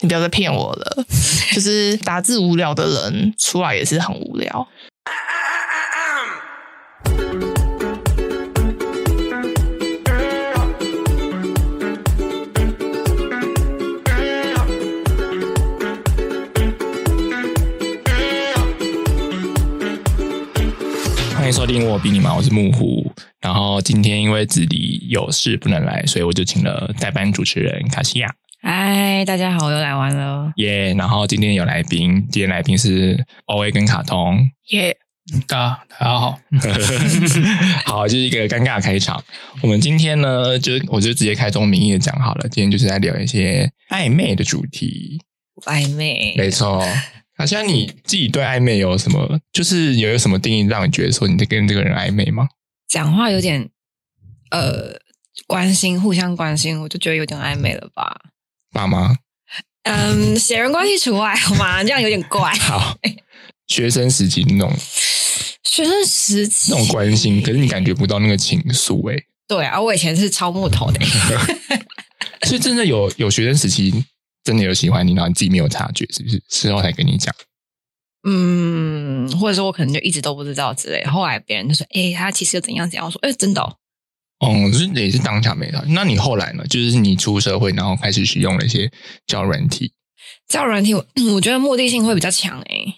你不要再骗我了。就是打字无聊的人出来也是很无聊。欢迎收听我比你忙，我是木虎。然后今天因为子里有事不能来，所以我就请了代班主持人卡西亚嗨，大家好，我又来玩了。耶。然后今天有来宾，今天来宾是 O A 跟卡通。 耶、大大家好， 好，就是一个尴尬的开场。我们今天呢，就我就直接开宗明义的讲好了，今天就是来聊一些暧昧的主题。暧昧，没错，卡西亚，你自己对暧昧有什么，就是有有什么定义，让你觉得说你在跟这个人暧昧吗？讲话有点呃关心，互相关心，我就觉得有点暧昧了吧？爸妈？ 嗯，血缘关系除外好吗？这样有点怪。好，学生时期那种学生时期那种关心，可是你感觉不到那个情愫哎、对啊，我以前是超木头的，所以真的有有学生时期真的有喜欢你，然后你自己没有察觉，是不是？事后才跟你讲，嗯，或者说我可能就一直都不知道之类。后来别人就说：“哎、他其实又怎样怎样。”我说：“哎、真的、哦。嗯，就是也是当下没察觉。那你后来呢？就是你出社会，然后开始使用了一些交友软体，”交友软体，我 我觉得目的性会比较强哎诶、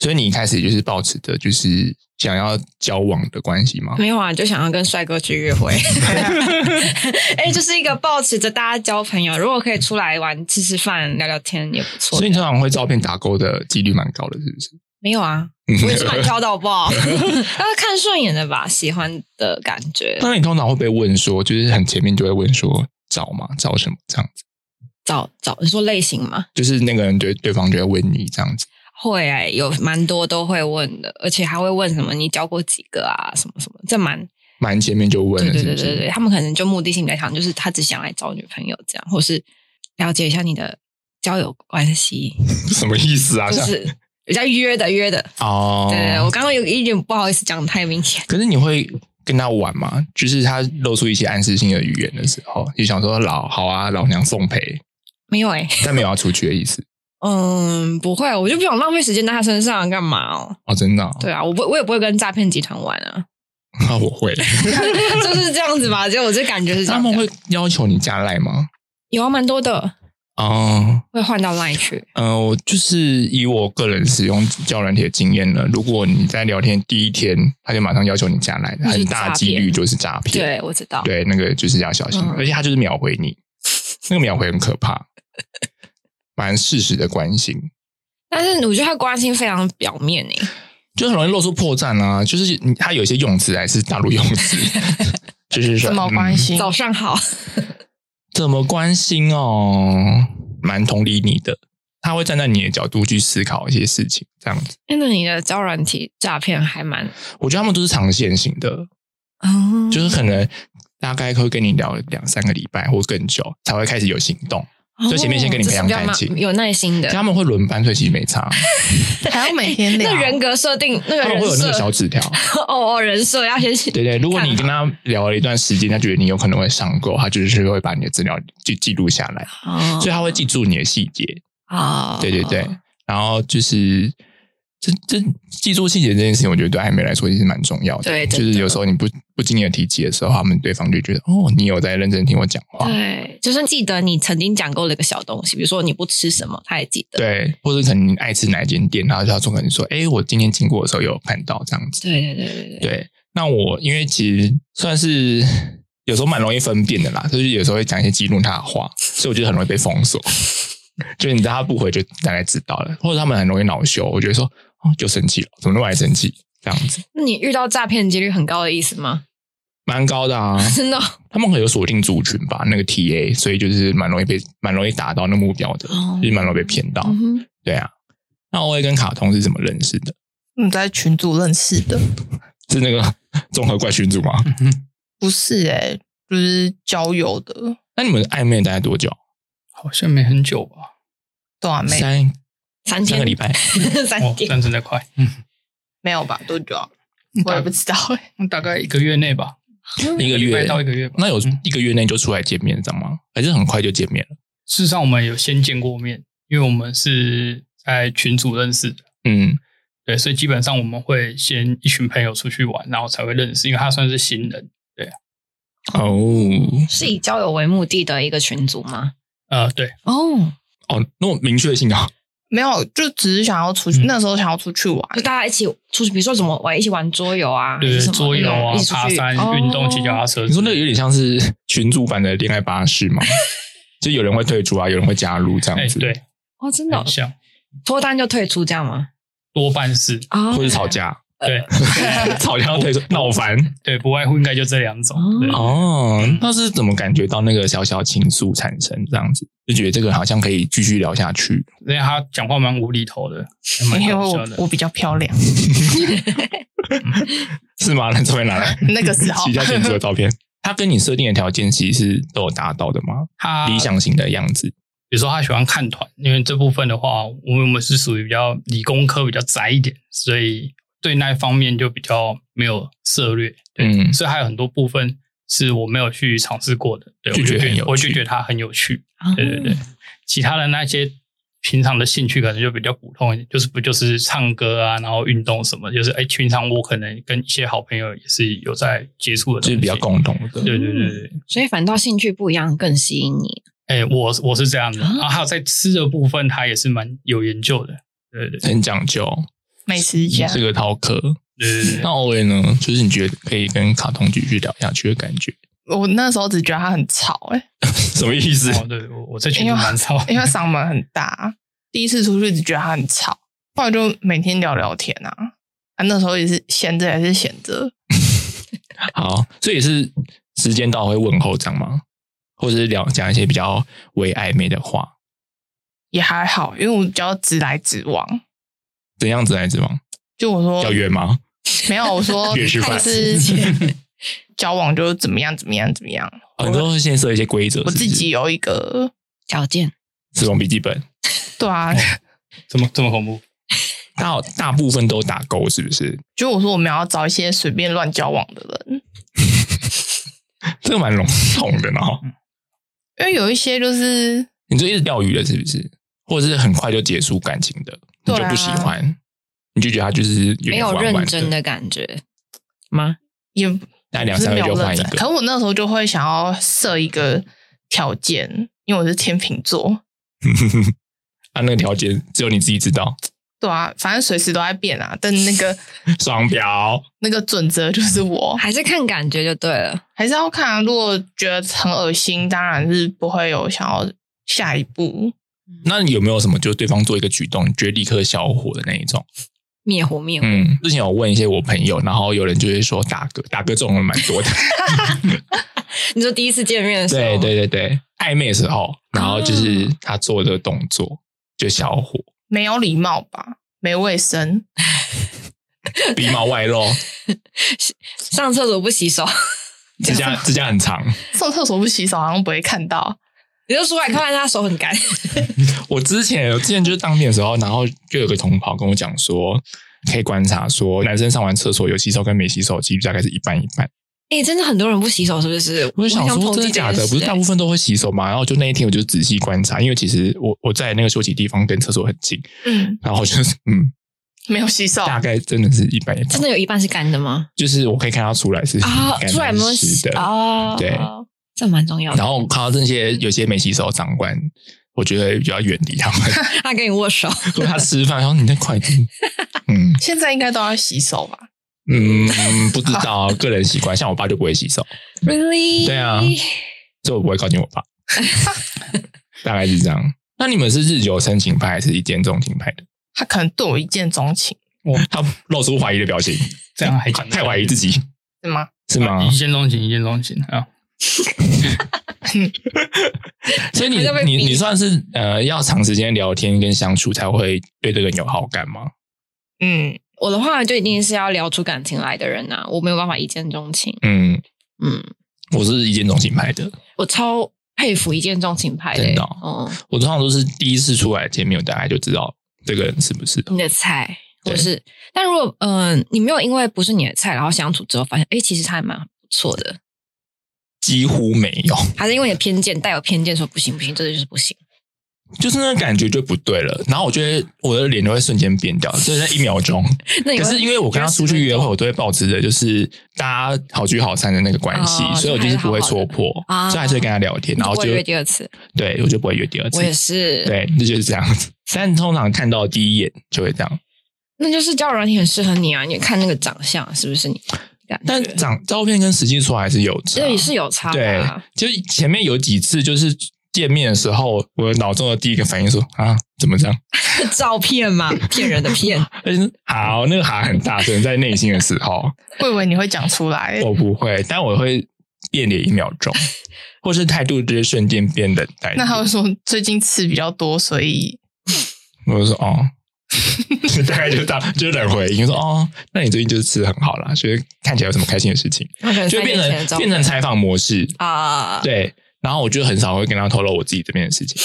所以你一开始就是抱持着就是想要交往的关系吗？没有啊，就想要跟帅哥去约会。啊 哎、就是一个抱持着大家交朋友，如果可以出来玩吃吃饭聊聊天也不错所以。你通常会照片打勾的几率蛮高的，是不是？没有啊，嗯我也是蛮挑的好不 好？要看顺眼的吧，喜欢的感觉。那你通常会被问说，就是很前面就会问说找吗？找什么这样子？找找你说类型吗？就是那个人对对方就会问你这样子。会、欸，有蛮多都会问的，而且还会问什么你交过几个啊，什么什么，这蛮蛮前面就问对了，对是对不对对，是？他们可能就目的性比较强，就是他只想来找女朋友这样，或是了解一下你的交友关系，什么意思啊？就像是比较约的约的。哦，对对，对我刚刚有一点不好意思讲得太明显。可是你会跟他玩吗？就是他露出一些暗示性的语言的时候，你想说老好啊，老娘 奉陪，没有哎、但没有要出去的意思嗯，不会，我就不想浪费时间在他身上，干嘛哦？哦，真的、哦？ 对啊，我不，我也不会跟诈骗集团玩啊， 那我会。就是这样子吧。就我这感觉是这他样子啊，们会要求你加赖吗？有啊，蛮多的，哦，会换到 Line 去。呃，我就是以我个人使用交友软体的经验呢，如果你在聊天第一天，他就马上要求你加赖，那就是很大诈几骗率就是诈骗。对，我知道。对，那个就是要小心，嗯而且他就是秒回你，那个秒回很可怕，蛮适时的关心，但是我觉得他关心非常表面欸诶、就很容易露出破绽啊。就是你他有一些用词还是大陆用词， 就是说什么关、嗯系？早上好，怎么关心哦，蛮同理你的，他会站在你的角度去思考一些事情，这样子。因为你的交友软体诈骗还蛮……我觉得他们都是长线型的，哦，就是可能大概会跟你聊两三个礼拜或更久，才会开始有行动。就前面先跟你培养这是比较感情蛮哦有耐心的。他们会轮班，所以其实没差。还要每天聊 那人格设定，那个他们人会有那个设小纸条， 哦哦，人设要先写对对，如果你跟他聊了一段时间，他觉得你有可能会上钩，他就是会把你的资料记记录下来，哦所以他会记住你的细节。啊，对对对，然后就是这这记住细节这件事情，我觉得对暧昧来说也是蛮重要的。对就真是的有时候你不不经意的提及的时候，他们对方就觉得哦，你有在认真听我讲话，对，就是记得你曾经讲过的一个小东西，比如说你不吃什么，他也记得。对，或者可能你爱吃哪一间店，然后就要说可能说，哎，我今天经过的时候有看到这样子。对对对对对，对，那我因为其实算是有时候蛮容易分辨的啦，就是有时候会讲一些激怒他的话，所以我觉得很容易被封锁。 就是你知道他不回，就大概知道了，或者他们很容易恼羞，我觉得说哦，就生气了，怎么那么爱生气这样子，那你遇到诈骗几率很高的意思吗？蛮高的啊。嗯 真的他们可能有锁定族群吧，那个 TA，所以就是蛮容易被蛮容易达到那目标的，哦就是蛮容易被骗到。嗯哼，对啊，那 O A 跟卡通是怎么认识的？你嗯在群组认识的？是那个 综合怪群组吗？不是哎、就是交友的那你们暧昧大概多久？好像没很久吧，短妹啊三三三天个礼拜。 三哦，天，但真的快，嗯没有吧？多久啊？嗯我也不知道哎、大概一个月内吧，一个礼拜月到一个月吧。那有嗯一个月内就出来见面，知道吗？还是很快就见面了？事实上我们有先见过面，因为我们是在群组认识的，嗯对，所以基本上我们会先一群朋友出去玩，然后才会认识，因为他算是新人。哦是以交友为目的的一个群组吗？呃，对，哦，哦，那么明确性啊，没有，就只是想要出去，嗯那时候想要出去玩，就大家一起出去，比如说怎么玩，一起玩桌游啊，对还是什么桌游啊那种一起、出爬去山、哦运动、骑脚踏车。你说那个有点像是群主版的恋爱巴士吗？ 就有人会退出啊，有人会加入这哎样，子，对，哦，真的哦很像，脱单就退出这样吗？多半是啊、或者吵 架，对吵架退出闹翻对，不外乎应该就这两种。对哦。那是怎么感觉到那个小小情愫产生这样子？就觉得这个好像可以继续聊下去。因为他讲话蛮无厘头的，还蛮因为搞笑我哎的。我比较漂 亮，是吗？ 那照片拿来，嗯那个哦时候洗一下 前桌的照 片。他跟你设定的条件其实是都有达到的吗？他理想型的样子比如说他喜欢看团，因为这部分的话，我们我们是属于比较理工科比较宅一点，所以对那一方面就比较没有涉略。对，嗯所以还有很多部分是我没有去尝试过的。对，就我觉得就很有我就趣嗯觉得它很有趣。啊对对对，其他的那些平常的兴趣可能就比较普通一点，就是不就是唱歌啊，然后运动什么，就是哎，平常我可能跟一些好朋友也是有在接触的，就是比较。共嗯同的。对对对对，对所以反倒兴趣不一样更吸引你。哎，我我是这样的，啊然后还有在吃的部分，他也是蛮有研究的。对对对很讲究，美食家是个饕客。对对对哦那，欧 A 呢？就是你觉得可以跟卡通继续聊下去的感觉，我那时候只觉得他很吵、欸， 什么意思？哦，对我我哎这群人蛮吵，因为嗓门很大，第一次出去只觉得他很吵，后来就每天聊聊天啊，啊那时候也是闲着也是闲着， 好，所以是时间到会问候这样吗？或者是聊讲一些比较为暧昧的话，也还好，因为我比较直来直往，怎样子来着吗？就我说要约吗？没有，我说 约吃饭就是交往就怎么样怎么样怎么样，很多哦会先设一些规则，我是不自是己有一个条件死亡笔记本，对哦啊，这么这么恐怖？大大部分都打勾，是不是？就我说我们要找一些随便乱交往的人，这个蛮笼统的呢。因为有一些就是你就一直钓鱼了，是不是？或者是很快就结束感情的，你对啊就不喜欢，你就觉得他就是没有玩玩认真的，的感觉吗？也大概两三个月就换一可个。我那时候就会想要设一个条件，因为我是天秤座，他啊那个条件只有你自己知道， 对啊，反正随时都在变啊。但那个双标。那个准则就是我，还是看感觉就对了。还是要看、啊。如果觉得很恶心，当然是不会有想要下一步。那你有没有什么就对方做一个举动，你觉得立刻消火的那一种？灭火灭火，嗯，之前有问一些我朋友，然后有人就会说打嗝，打嗝这种人蛮多的。你说第一次见面的时候，对对对对，暧昧的时候，然后就是他做的动作就小火，没有礼貌吧，没卫生，鼻毛外露， 上厕所不洗手，指甲指甲很长。上厕所不洗手好像不会看到。你就出来看看他手很干，我之前我之前就是当兵的时候，然后就有个同袍跟我讲说，可以观察说男生上完厕所有洗手跟没洗手，其实大概是一半一半。哎、真的很多人不洗手，是不是？我就想很说，抨击真的假的？这件事不是大部分都会洗手嘛？然后就那一天，我就仔细观察，因为其实我我在那个休息地方跟厕所很近，嗯，然后就是嗯， 没有洗手，大概真的是一半一半哦真，的有一半是干的吗？就是我可以看到出来是啊，干出来有没有湿洗的啊？对，这蛮重要的然。后我看到这些有些没洗手的长官，我觉得比较远离他们。 他跟你握手，如果他吃饭，然后你在快递，嗯现在应该都要洗手吧？嗯，不知道个人习惯，像我爸就不会洗手， Really？对啊所以我不会靠近我 爸。大概是这样。那你们是日久生情派，还是一见钟情派的？他可能对我一见钟情， 他露出怀疑的表情，这样还讲太怀疑自己是吗？是吗啊一？见钟情，一见钟情啊！所以你还在被你逼你算是呃要长时间聊天跟相处才会对这个人有好感吗？嗯， 我的话就一定是要聊出感情来的人呐、我没有办法一见钟情。嗯，嗯，我是一见钟情派的，我超佩服一见钟情派的、真的哦，我通常都是第一次出来见面，我大概就知道这个人是不是嗯，你的菜，对我是。但如果嗯、你没有因为不是你的菜，然后相处之后发现，哎、其实他还蛮不错的，几乎没有。还是因为你的偏见带有偏见说不行不行，这个就是不行。就是那个感觉就不对了。然后我觉得我的脸就会瞬间变掉，就是一秒钟。那你可会是因为我跟他出去约会，我都会保持着就是大家好聚好散的那个关系，哦所以我就是不会戳破，还是好好的所以还是会跟他聊天，你然后不会就约第二次，对我就不会约第二次我。也是，，对，那就是这样子。但通常看到第一眼就会这样，那就是交友软体很适合你啊，你看那个长相是不是你感觉？但长照片跟实际出来还是啊有差。这也是有差的对啊。，就是前面有几次就是见面的时候，我脑中的第一个反应说啊，怎么这样？ 照片嘛，骗人的 骗。但是好，那个哈很大声，在内心的时候，我以为你会讲出来，我不会，但我会变脸一秒钟，或是态度直接瞬间变冷淡。那他会说最近吃比较多，所以我就说哦， 大概就当就冷回应说哦，那你最近就是吃的很好啦，觉得看起来有什么开心的事情，那可能就三会变年前的成照变片成采访模式，啊，对。然后我就很少会跟他透露我自己这边的事情，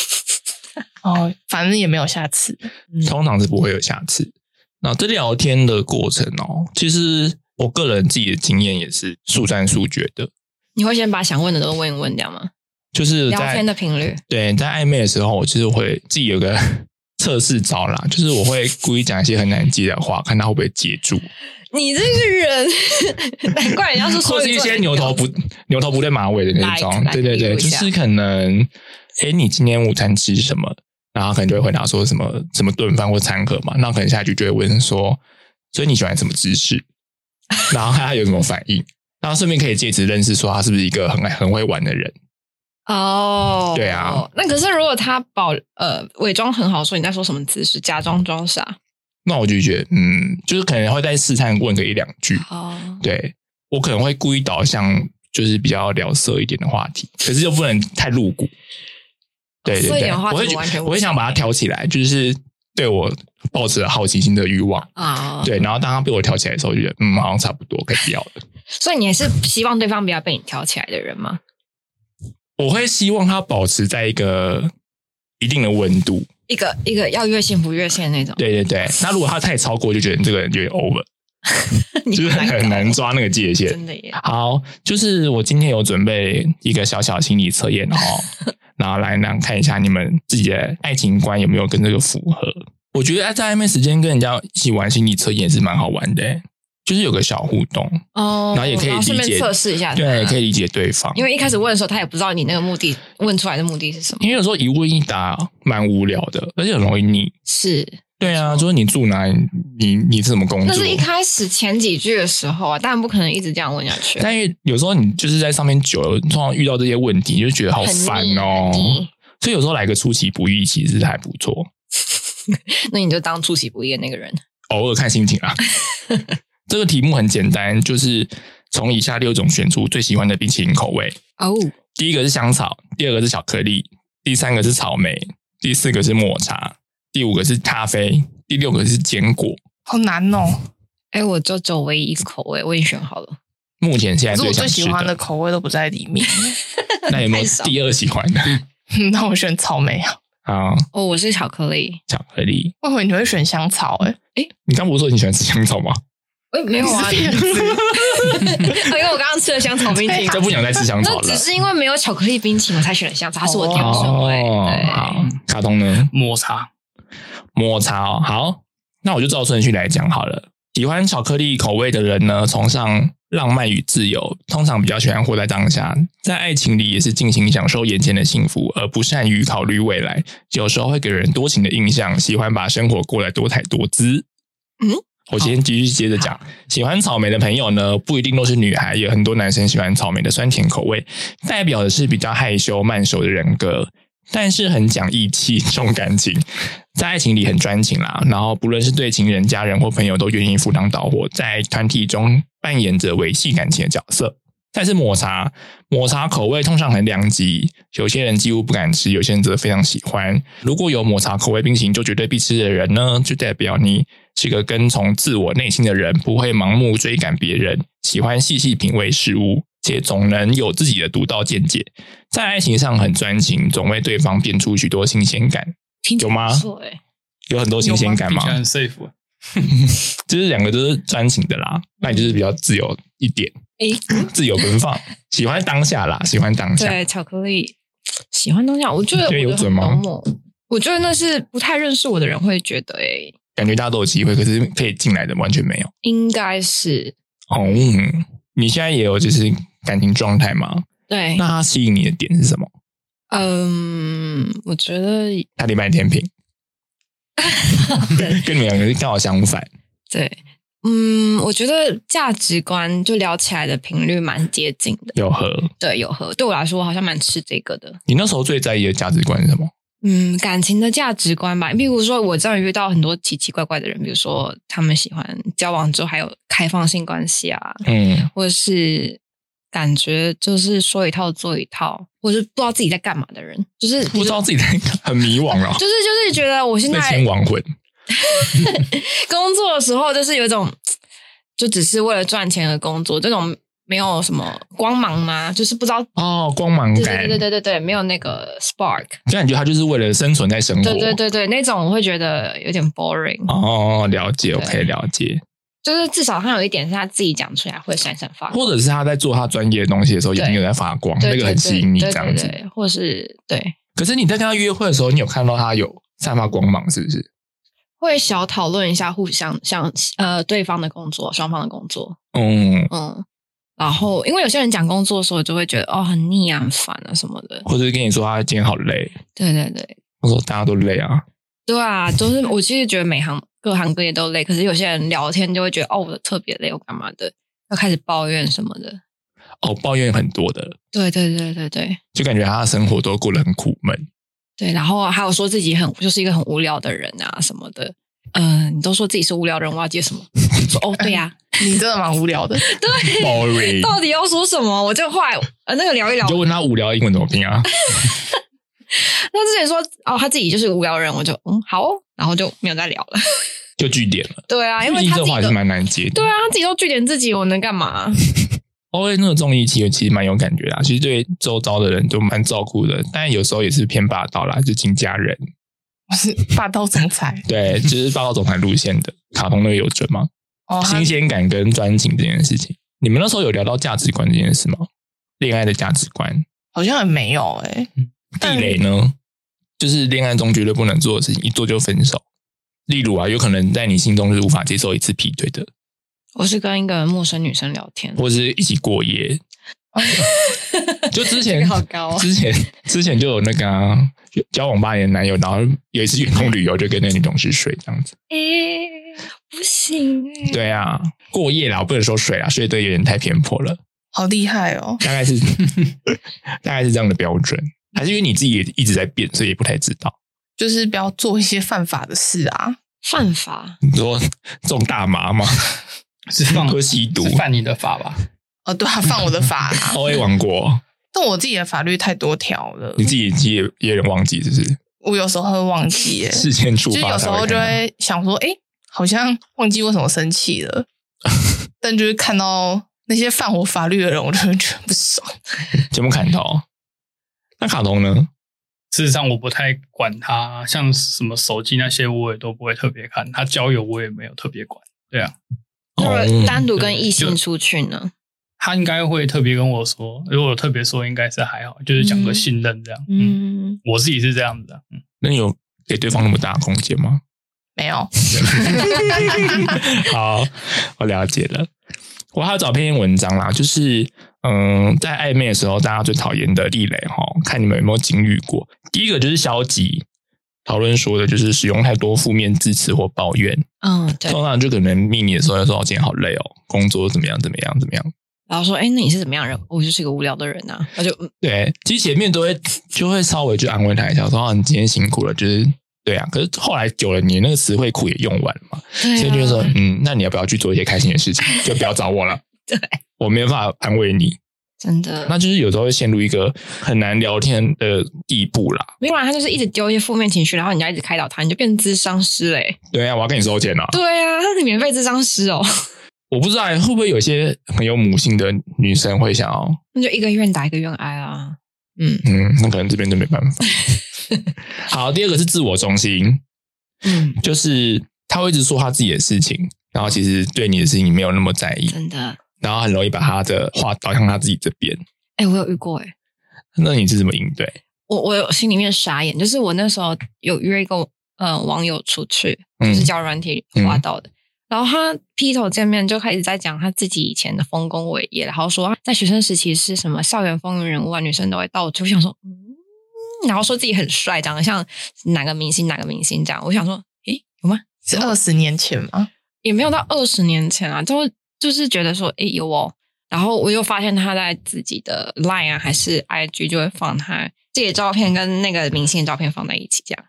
哦，反正也没有下次。通常是不会有瑕疵。那这聊天的过程哦，其实我个人自己的经验也是速战速决的，你会先把想问的都问一问，这样吗？就是聊在天的频率，对，在暧昧的时候，我就是会自己有个 测试招啦，就是我会故意讲一些很难接的话，看他会不会接住，你这个人， 难怪人家说或说是你一做些人牛头不牛头不对马尾的那 Like- 种。 like 对对对， you 一就下是可能，哎，你今天午餐吃什么？然后可能就会回答说什么什么炖饭或餐盒嘛。那可能下一句就会问说，所以你喜欢什么姿势？ 然后看他有什么反应。然后顺便可以借此认识说他是不是一个很爱很会玩的人。哦，对啊。那可是如果他保呃伪装很好，说你在说什么姿势，假装装傻那我就觉得，嗯，就是可能会再试探问个一两句。哦，对我可能会故意导向就是比较聊色一点的话题，可是又不能太露骨。对对色一对，点的话我题会我完全无我会想把它挑起来，就是对我抱着好奇心的欲望。啊，对，然后当它被我挑起来的时候，我就觉得嗯，好像差不多可以不要了。所以你也是希望对方不要被你挑起来的人吗？我会希望它保持在一个一定的温度。一个一个要越线不越线那种，对对对，那如果它太超过，就觉得你这个人有点 over， 你就是搞很难抓那个界限。真的耶。好，就是我今天有准备一个小小心理测验 哦，然后来让看一下你们自己的爱情观有没有跟这个符合。我觉得在暧昧时间跟人家一起玩心理测验也是蛮好玩的欸，就是有个小互动，哦，然后也可以然后顺理解便测试一下，对，可以理解对方。啊因为一开始问的时候，他也不知道你那个目的问出来的目的是什么。因为有时候一问一答蛮无聊的，而且很容易腻。是，对啊，就是你住哪里，你你是什么工那作？是一开始前几句的时候啊，当然不可能一直这样问下去，但因为有时候你就是在上面久了，通常遇到这些问题，你就觉得好很腻烦哦很。腻所以有时候来个出其不意，其实还不错。那你就当出其不意的那个人。偶尔看心情 啦。这个题目很简单，就是从以下六种选出最喜欢的冰淇淋口味。哦，第一个是香草，第二个是巧克力，第三个是草莓，第四个是抹茶，第五个是咖啡，第六个是坚果。好难哦！哎，我就只有唯一一个口味，我已经选好了。目前现可在是我最哎想喜吃欢的的，口味都不在里面，那有没有太少第二喜欢的？ 那我选草莓啊。啊，哦，我是巧克力。巧克力。我以为你会选香草诶、你刚不是说你喜欢吃 香草吗？哎，没有 啊，你是骗 子因为我刚刚吃了香草冰淇淋。这不想再吃香草那了只。是因为没有巧克力冰淇淋，我才选了香草，它是我挑选味。对，哦好，卡通呢？抹茶抹茶哦。好，那我就照顺序来讲好了。喜欢巧克力口味的人呢，崇尚浪漫与自由，通常比较喜欢活在当下，在爱情里也是尽情享受眼前的幸福，而不善于考虑未来。有时候会给人多情的印象，喜欢把生活过得多彩多姿。嗯，我先继续接着讲。喜欢草莓的朋友呢，不一定都是女孩，有很多男生喜欢草莓的酸甜口味，代表的是比较害羞慢熟的人格，但是很讲义气，重感情，在爱情里很专情啦。然后不论是对情人、家人或朋友，都愿意赴汤蹈火，在团体中扮演着维系感情的角色。但是抹茶，抹茶口味通常很两极，有些人几乎不敢吃，有些人则非常喜欢。如果有抹茶口味冰淇淋就绝对必吃的人呢，就代表你是个跟从自我内心的人，不会盲目追赶别人，喜欢细细品味事物，且总能有自己的独到见解。在爱情上很专情，总为对方变出许多新鲜感。听有吗不错哎，有很多新鲜感听吗起？来很 safe，啊就是两个都是专情的啦，那你就是比较自由一点，诶自由 奔放，喜欢当下啦，喜欢当下。对，巧克力喜欢东西啊，我觉得你觉得我有的准很吗懂我，我觉得那是不太认识我的人会觉得、欸，哎，感觉大家都有机会，可是可以进来的完全没有。应该是哦，嗯你现在也有就是感情状态吗？对那，他吸引你的点是什么？嗯，我觉得他礼拜 天平，跟你们两个刚好相反。对，嗯，我觉得价值观就聊起来的频率蛮接近的，有和对，有合。对我来说，我好像蛮吃这个的。你那时候最在意的价值观是什么？嗯，感情的价值观吧，比如说我这样遇到很多奇奇怪怪的人，比如说他们喜欢交往之后还有开放性关系啊，嗯，或者是感觉就是说一套做一套，或者是不知道自己在干嘛的人，就是不知道自己在很迷惘 了，就是就是觉得我现内在心亡魂。工作的时候，就是有一种就只是为了赚钱而工作，这种没有什么光芒吗？就是不知道，哦，光芒对感对，对对对对，没有那个 spark，感觉他就是为了生存在生活。对对对对，那种我会觉得有点 boring，、嗯哦，了解，OK，嗯对了解。就是至少他有一点是他自己讲出来会闪闪发光，或者是他在做他专业的东西的时候，眼睛有在发光，对哦那个很吸引你对这对样对子。对对或是对可是你在跟他约会的时候，你有看到他有散发光芒，是不是？会小讨论一下互相像呃对方的工作，双方的工作，嗯，嗯。然后，因为有些人讲工作的时候，就会觉得哦很腻啊、很烦啊什么的。或者是跟你说他啊今天好累，对对对，我说大家都累啊，对啊，就是我其实觉得每行各行各业都累，可是有些人聊天就会觉得哦，我特别累，我干嘛的，要开始抱怨什么的。哦，抱怨很多的，对对对对对就感觉他的生活都过得很苦 闷。对，然后还有说自己很就是一个很无聊的人啊什么的。嗯、你都说自己是无聊人，我要接什么？ 说哦，对 呀、你真的蛮无聊的。 Boring，到底要说什么？我就后来呃那个聊一聊你就，问他无聊的英文怎 么拼啊？他之前说哦他自己就是无聊人，我就嗯好、哦，然后就没有再聊了。 就据点了。对啊，因为毕竟他自这话己也是都蛮难接的。对啊，他自己都据点自己，我能干嘛？ O A 那个综艺其实其实蛮有感觉的啊，其实对周遭的人都蛮照顾的，但有时候也是偏霸道啦，就金家人，我是霸道总裁对， 就是霸道总裁路线的。卡通那个有准吗？ 哦，他新鲜感跟专情这件事情，你们那时候有聊到价值观这件事吗？恋爱的价值观，好像也没有哎、地但雷呢，就是恋爱中绝对不能做的事情，一做就分手。例如啊，有可能在你心中是无法接受一次劈腿的，我是跟一个陌生女生聊天，或是一起 过夜。就之前这个好高啊之前之前就有那个啊、交往八年的男友，然后有一次员工旅游就跟那女同事睡这样子。哎、不行哎、对啊，过夜啦，我不能说睡啦，睡得有点太偏颇了，好厉害哦！大 概是大概是这样的标准，还是因为你自己也一直在变，所以也不太知道。就是不要做一些犯法的事啊。犯法你说种大麻吗？是放 喝吸毒是犯你的法吧？哦，对 啊，犯我的法啊？O A 王国，但我自己的法律太多条了你，自己也也有点忘记，是不是？我有时候会忘记耶、事先触就是发有时才候会看就到，会想说，哎、好像忘记为什么生气 了，但就是看到那些犯我法律的人，我就会觉得不爽。全部砍头。那卡通呢？事实上，我不太管他，像什么手机那些，我也都不会特别看。他交友我也没有特别管。对啊，那哦么单独跟异就性出去呢？他应该会特别跟我说，如果有特别说，应该是还好，就是讲个嗯信任这样。嗯，嗯，我自己是这样子的。嗯，那你有给对方那么大的空间吗？没有，好，我了解了。我还要找篇文章啦，就是嗯，在暧昧的时候，大家最讨厌的地雷哈，看你们有没有经历过。第一个就是消极讨论说的，就是使用太多负面字词或抱怨，嗯，对。通常就可能密你的时候就说哦今天好累哦，工作怎么样怎么样怎么样。然后说，哎、那你是怎么样人？我就是一个无聊的人呐、啊。他就嗯对，其实前面都会就会稍微去安慰他一下，说啊你今天辛苦了，就是对啊。可是后来久了，你那个词汇库也用完了嘛，所以就对是啊说，嗯，那你要不要去做一些开心的事情？就不要找我了。 对，我没有办法安慰你。真的，那就是有时候会陷入一个很难聊天的地步啦。没有啊，他就是一直丢一些负面情绪，然后人家一直开导他，你就变智商师嘞、对啊，我要跟你收钱了。对啊，他是免费智商师哦，我不知道欸会不会有些很有母性的女生会想要，那就一个愿打一个愿挨啊。嗯嗯，那可能这边就没 办法。好，第二个是自我中心，嗯，就是他会一直说他自己的事情，然后其实对你的事情没有那么在意，真的。然后很容易把他的话导向他自己这边。哎、我有遇过哎、那你是怎么应对？我我心里面傻眼，就是我那时候有约一个呃网友出去，嗯就是交友软体滑到的。然后他劈头见面就开始在讲他自己以前的丰功伟业，然后说他在学生时期是什么校园风云人物啊，女生都会到处。我想说，嗯，然后说自己很帅，长得像哪个明星哪个明星这样。我想说，诶，有吗？是二十年前 吗？也没有到二十年前啊，就就是觉得说，诶，有哦。然后我又发现他在自己的 Line 啊，还是 IG 就会放他自己的照片跟那个明星的照片放在一起，这样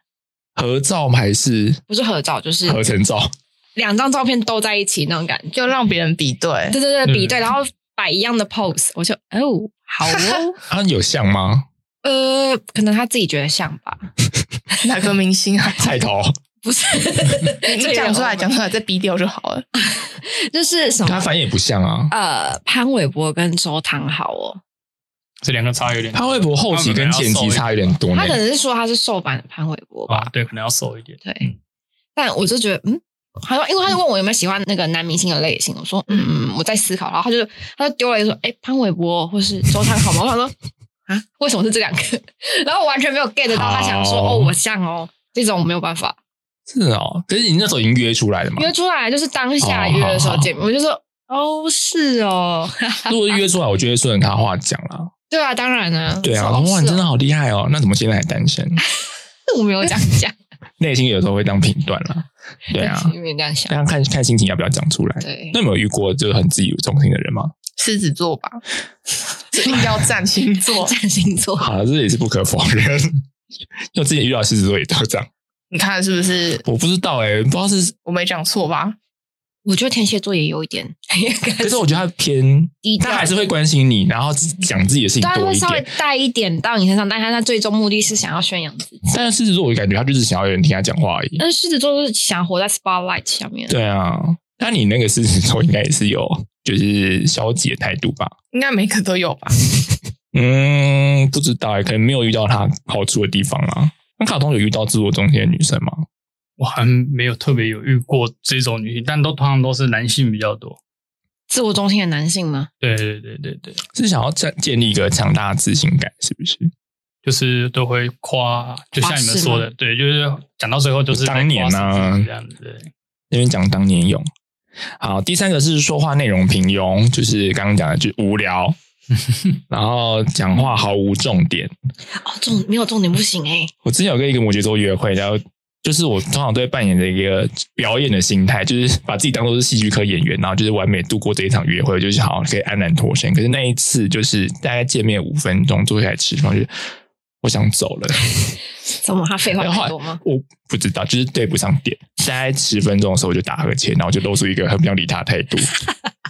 合照吗还是不是合照，就是合成照？两张照片都在一起那种感觉。就让别人比对对，对嗯对，比对，然后摆一样的 pose，我就哦，好哦， 啊，有像吗？呃，可能他自己觉得像吧， 哪个明星 啊？菜头，不 是你这你个讲出来，我讲出来，再逼掉就好了。就是什他么反应也不像啊。呃，潘玮柏跟周汤豪哦，这两个差有点多。潘玮柏后期跟前期差有点多呢他。可能是说他是瘦版的潘玮柏吧啊，，对，可能要瘦一点。嗯对，但我就觉得，嗯，他说，因为他就问我有没有喜欢那个男明星的类型，我说，嗯，嗯我在思考，然后他就他就丢了一个说，哎，潘玮柏或是周汤豪吗？我想说，啊，为什么是这两个？ 然后我完全没有 get 到他想说，好哦，我像哦，这种我没有办法是哦，可是你那时候已经约出来了嘛？约出来，就是当下哦约的时候好好见面，我就说，哦，是哦， 如果约出来，我就会顺着他话讲啦。对啊，当然啊，对啊，我说哇，哦你是真的哦，好厉害哦！那怎么现在还单 身？ 我没有这样讲，内心有时候会当评断啦。对啊， 因为这样想，但看看心情要不要讲出来。对那。你有没有遇过就是很自以为中心的人吗？狮子座吧，一定要占星 座。 占星座，好，这也是不可否认。 因为我之前遇到狮子座也都这样，你看是不是？我不知道哎、不知道是，我没讲错吧？我觉得天蝎座也有一点，可是我觉得他偏低，调 他还是会关心你，然后讲自己的事情当然多啊会一稍微点。带一点到你身上，但他他最终目的是想要宣扬自己。但是狮子座，我感觉他就是想要有人听他讲话而已。但是狮子座就是想活在 spotlight 下面，对啊，那你那个狮子座应该也是有就是消极的态度吧？应该每个都有吧？嗯，不知道欸，可能没有遇到他好处的地方啦。那卡通有遇到自我中心的女生吗？我还没有特别有遇过这种女性，但都通常都是男性比较多。自我中心的男性吗？对对对对对，是想要建建立一个强大的自信感，是不是？就是都会夸，就像你们说夸的，对，就是讲到最后就是在夸当年啊自己这样子。对那边讲当年勇。好，第三个是说话内容平庸，就是刚刚讲的，就是无 聊，然后讲话毫无重点。哦，重没有重点不行哎、我之前有跟一个摩羯座约会，然后就是我通常都会扮演着一个表演的心态，就是把自己当做是戏剧科演员，然后就是完美度过这一场约会，就是好可以安然脱身。可是那一次就是大概见面五分钟，坐下来吃饭，就是我想走了。怎么他废话然后太多后来吗？我不知道，就是对不上点。大概十分钟的时候，我就打呵欠，然后就露出一个很不想理他的态度，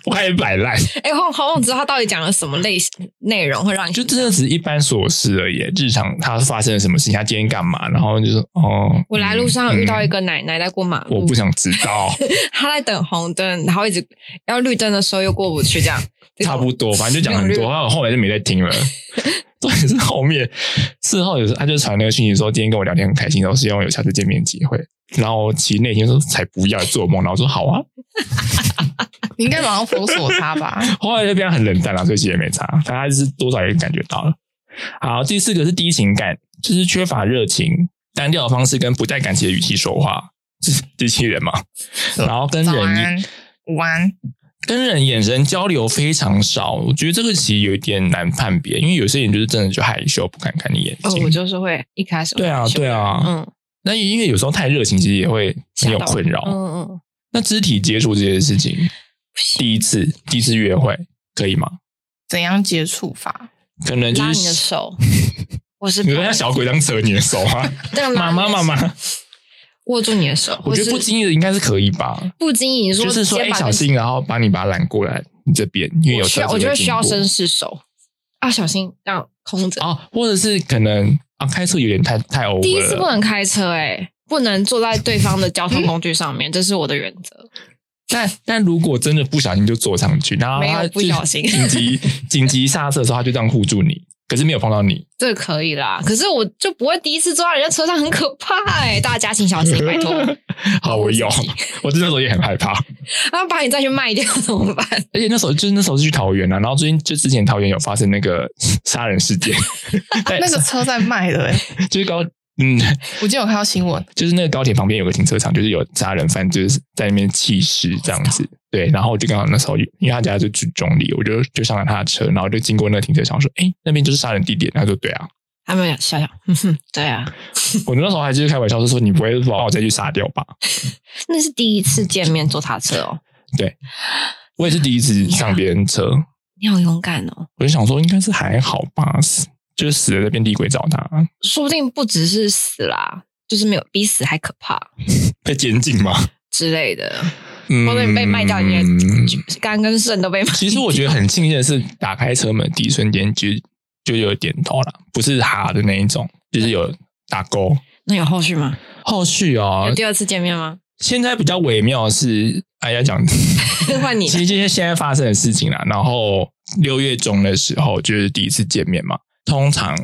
我开始摆烂。哎、我好想知道他到底讲了什么类型内容会让你就真的只是一般琐事而已，日常他发生了什么事情，他今天干嘛，然后就说哦，我来路上遇到一个、个奶奶在过马嗯我路不，想知 道，她在等红灯，然后一直要绿灯的时候又过不去，这样这种差不多，反正就讲很这 多，种然后我后来就没再听了。重点是后面事后有时候他就传那个讯息说，今天跟我聊天很开心，然后希望有下次见面机会。然后其实那天说才不要做梦，然后我说好啊，你应该马上封锁他 吧？后来就变得很冷淡了、所以其实也没差，反正还是多少也感觉到了。好，第四个是低情感，就是缺乏热情、单调的方式跟不带感情的语气说话，这是机器人嘛。然后跟早人安，午安，跟人眼神交流非常少，我觉得这个其实有一点难判别，因为有些人就是真的就害羞，不敢看你眼哦，睛。我就是会一开始对啊，会对啊，嗯那因为有时候太热情，其实也会很有吓到困扰。嗯嗯，嗯那肢体接触这件事情，不行，第一次第一次约会可以吗？怎样接触法？可能就拉你的是手，我是 你说像小鬼当扯你的手啊？那个拉妈你的妈妈手妈，握住你的手，我觉得或不是经意的应该是可以吧，不经意，你说就是说哎、肩膀小跟心，然后把你把它揽过来你这边，因为有我需车要，子我会觉得经需要过绅士手，要小心这样空着。哦，或者是可能啊开车有点太太 over 了，第一次不能开车、哎，不能坐在对方的交通工具上面，这是我的原则。但但如果真的不小心就坐上去，然后没有他不就小心 紧急紧急刹车的时候，他就这样护住你，可是没有碰到你，这个可以啦。可是我就不会第一次坐在人家车上，很可怕哎、大家请小心，拜 托。好，我有，我那时候也很害怕，然啊后把你再去卖掉怎么办？而且那时候就是那时候是去桃园啊，然后最近就之前桃园有发生那个 杀人事件， 在那个车在卖的、欸，就是高嗯，我记得我看到新闻，就是那个高铁旁边有个停车场，就是有杀人犯就是在那边弃尸这样子。对，然后我就刚好那时候，因为他家就住中立，我就就上了他的车，然后就经过那个停车场，说：“哎，那边就是杀人地点。”他说：“对啊。他们想想，嗯哼，对啊，”我那时候还就是开玩笑，就说：“你不会把我再去杀掉吧那是第一次见面坐他车哦，？”我也是第一次上别人车，你好勇敢哦！我就想说应该是还好吧，死就是死了在变地鬼找他，说不定不只是死啦，就是没有比死还可怕被监禁吗？之类的，嗯或者你被卖掉，你的肝跟肾都被卖。其实我觉得很庆幸的是，打开车门第一瞬间就就有点头了，不是哈的那一种，就是有打勾。那有后续吗？后续啊有，第二次见面吗？现在比较微妙的是，哎呀讲，换你其实这些现在发生的事情啦。然后六月中的时候就是第一次见面嘛，通常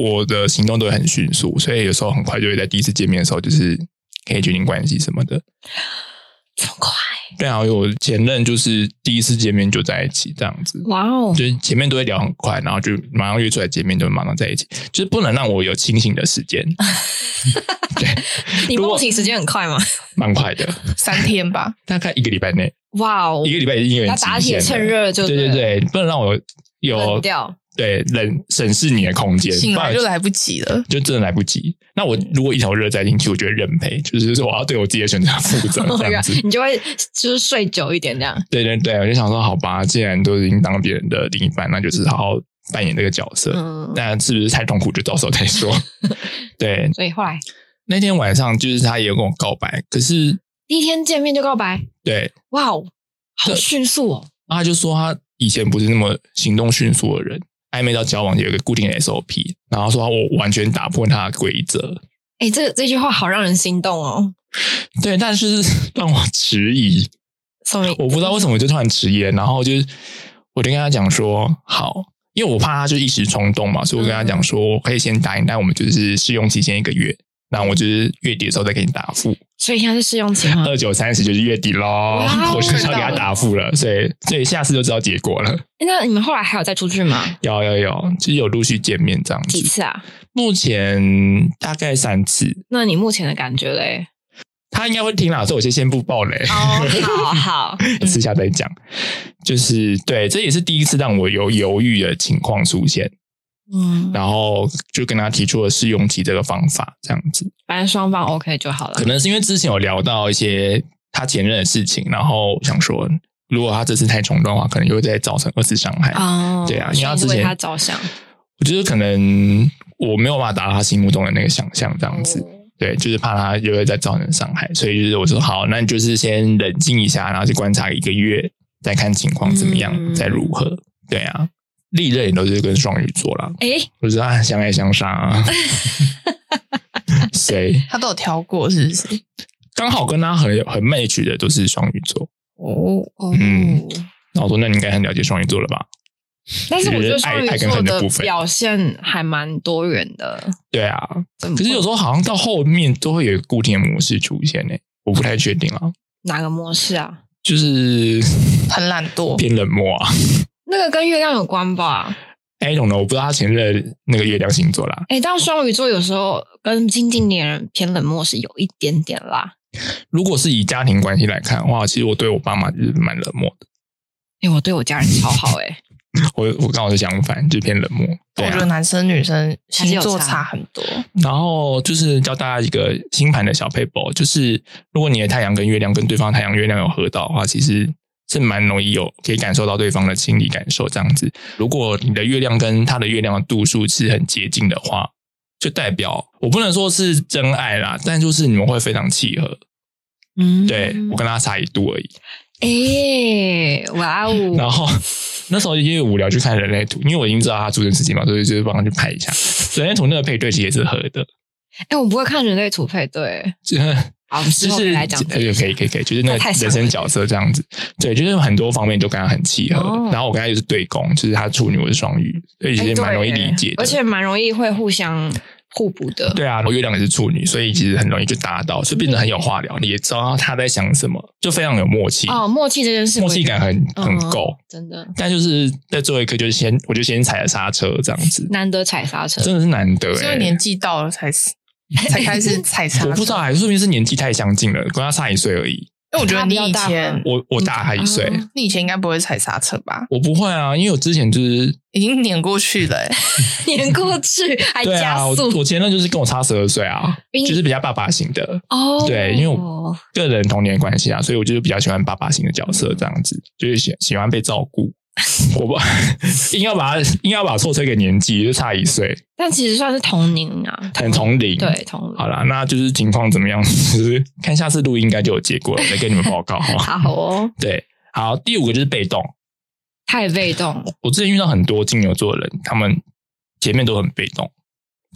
我的行动都会很迅速，所以有时候很快就会在第一次见面的时候就是可以决定关系什么的。这么快？对啊，我前任就是第一次见面就在一起这样子。哇哦！就是前面都会聊很快，然后就马上约出来见面，就马上在一起，就是不能让我有清醒的时 间，你如果梦醒时间很快吗？蛮快的，三天 吧，大概一个礼拜内，哇哦！一个礼拜已经有点要极限了打铁趁，热就对对了，对，不能让我有冷掉。对冷审视你的空间，醒来不就然来不及了。就真的来不及。那我如果一头热栽进去，我就会认赔，就是说我要对我自己的选择负责 Oh 这样子。你就会 就是睡久一点这样。对对对，我就想说，好吧，既然都已经当别人的另一半，那就是好好扮演这个角色。嗯，那是不是太痛苦，就到时候再说。对，所以后来那天晚上就是他也有跟我告白，可是第一天见面就告白，对，哇哦，好迅速哦！然后他就说他以前不是那么行动迅速的人，暧昧到交往有一个固定的 SOP，然后说我完全打破他的规则，哎，这这句话好让人心动哦。对，但是 让我迟疑，什么？我不知道为什么就突然迟疑了，然后就是我就跟他讲说好。因为我怕他就一时冲动嘛，所以我跟他嗯讲说，我可以先答应，但我们就是试用期先一个月，那我就是月底的时候再给你答复。所以现在是试用期 吗？二九三十就是月底喽嗯哇，我就是要给他答复了，所以所以下次就知道结果了。诶那你们后来还有再出去吗？有有有，就是有陆续见面这样几子。次啊？目前大概三次，那你目前的感觉 嘞？他应该会听啦，所以我就先不爆雷，哦，好好， 私下再讲。就是对，这也是第一次让我有犹豫的情况出现，嗯，然后就跟他提出了试用期这个方法，这样子。反正双方 OK 就好了可。能是因为之前有聊到一些他前任的事情，然后想说，如果他这次太冲动的话，可能又会再造成二次伤害。哦，对啊，因为他之所以你为前他着想，我觉得可能我没有办法达到他心目中的那个想象，这样子。哦对，就是怕他又会再造成伤害，所以就是我说好，那你就是先冷静一下，然后去观察一个月，再看情况怎么样，嗯再如何。对啊，历任也都是跟双鱼座啦，哎，我知道他相爱相杀、啊。谁他都有挑过，是不是？刚好跟他很很 match 的都是双鱼座，哦，哦嗯那我说那你应该很了解双鱼座了吧？但是我觉得就是爱双鱼爱跟座恨的部的分表现还蛮多元的，对啊，可可是有时候好像到后面都会有一个固定的模式出现呢、我不太确定啊，哪个模式啊？就是 很懒惰，偏冷漠啊。那个跟月亮有关吧？哎，懂了，我不知道他前任的那个月亮星座啦，哎，但双鱼座有时候跟亲近的人偏冷漠是有一点点啦。如果是以家庭关系来看的话，其实我对我爸妈就是蛮冷漠的。哎，我对我家人超好 哎，我我刚好是相反，就偏冷漠。对我觉啊得，男生女生星座还是有差差很多。然后就是教大家一个星盘的小 paper，就是如果你的太阳跟月亮跟对方的太阳月亮有合到的话，其实是蛮容易有可以感受到对方的心理感受这样子。如果你的月亮跟他的月亮的度数是很接近的话，就代表我不能说是真爱啦，但就是你们会非常契合。嗯，对我跟他差一度而已。哎，哇然哦，后那时候因为无聊去看人类图，因为我已经知道他出生时间嘛，所以就是帮他去拍一下人类图那个配对其实也是合的，哎，我不会看人类图配对，就是好，我们之就后可以是来讲这呃个。可以可以可以，就是那那太个像人生角色这样子，对，就是很多方面都跟他很契合。哦然后我跟他又是对攻，就是他处女，我是双鱼，所以其哎实蛮容易对耶理解的。而且蛮容易会互相互补的。对啊，我月亮也是处女，所以其实很容易就搭到，所以变得很有话聊，你也知道他在想什么，就非常有默契，哦，默契这件事我默也契觉得，感很很嗯够。真的但就是在最后一刻，就是先我就先踩了刹车，这样子，难得踩刹车。真的是难得所哎、以年纪到了才是才开 始踩刹车。我不知道，欸还说明是年纪太相近了，跟他差一岁而已。因为我觉得你以他比较大吗前我我大他一岁，嗯你以前应该不会踩刹车吧？我不会啊，因为我之前就是已经碾过去了、欸， 碾过去还对啊，加我速我前任就是跟我差十二 岁啊，比你就是比较爸爸型的。哦，对，因为我个人童年关系啊，所以我就是比较喜欢爸爸型的角色，这样子就是喜喜欢被照顾。我不 硬要把它硬要把错推给年纪，就差一岁，但其实算是同龄啊，很同龄。对，同龄。好啦，那就是情况怎么样？ 就是看下次录音应该就有结果了，我再跟你们报告哈。好哦，对，好，第五个就是被动。太被动，我之前遇到很多金牛座的人，他们前面都很被动，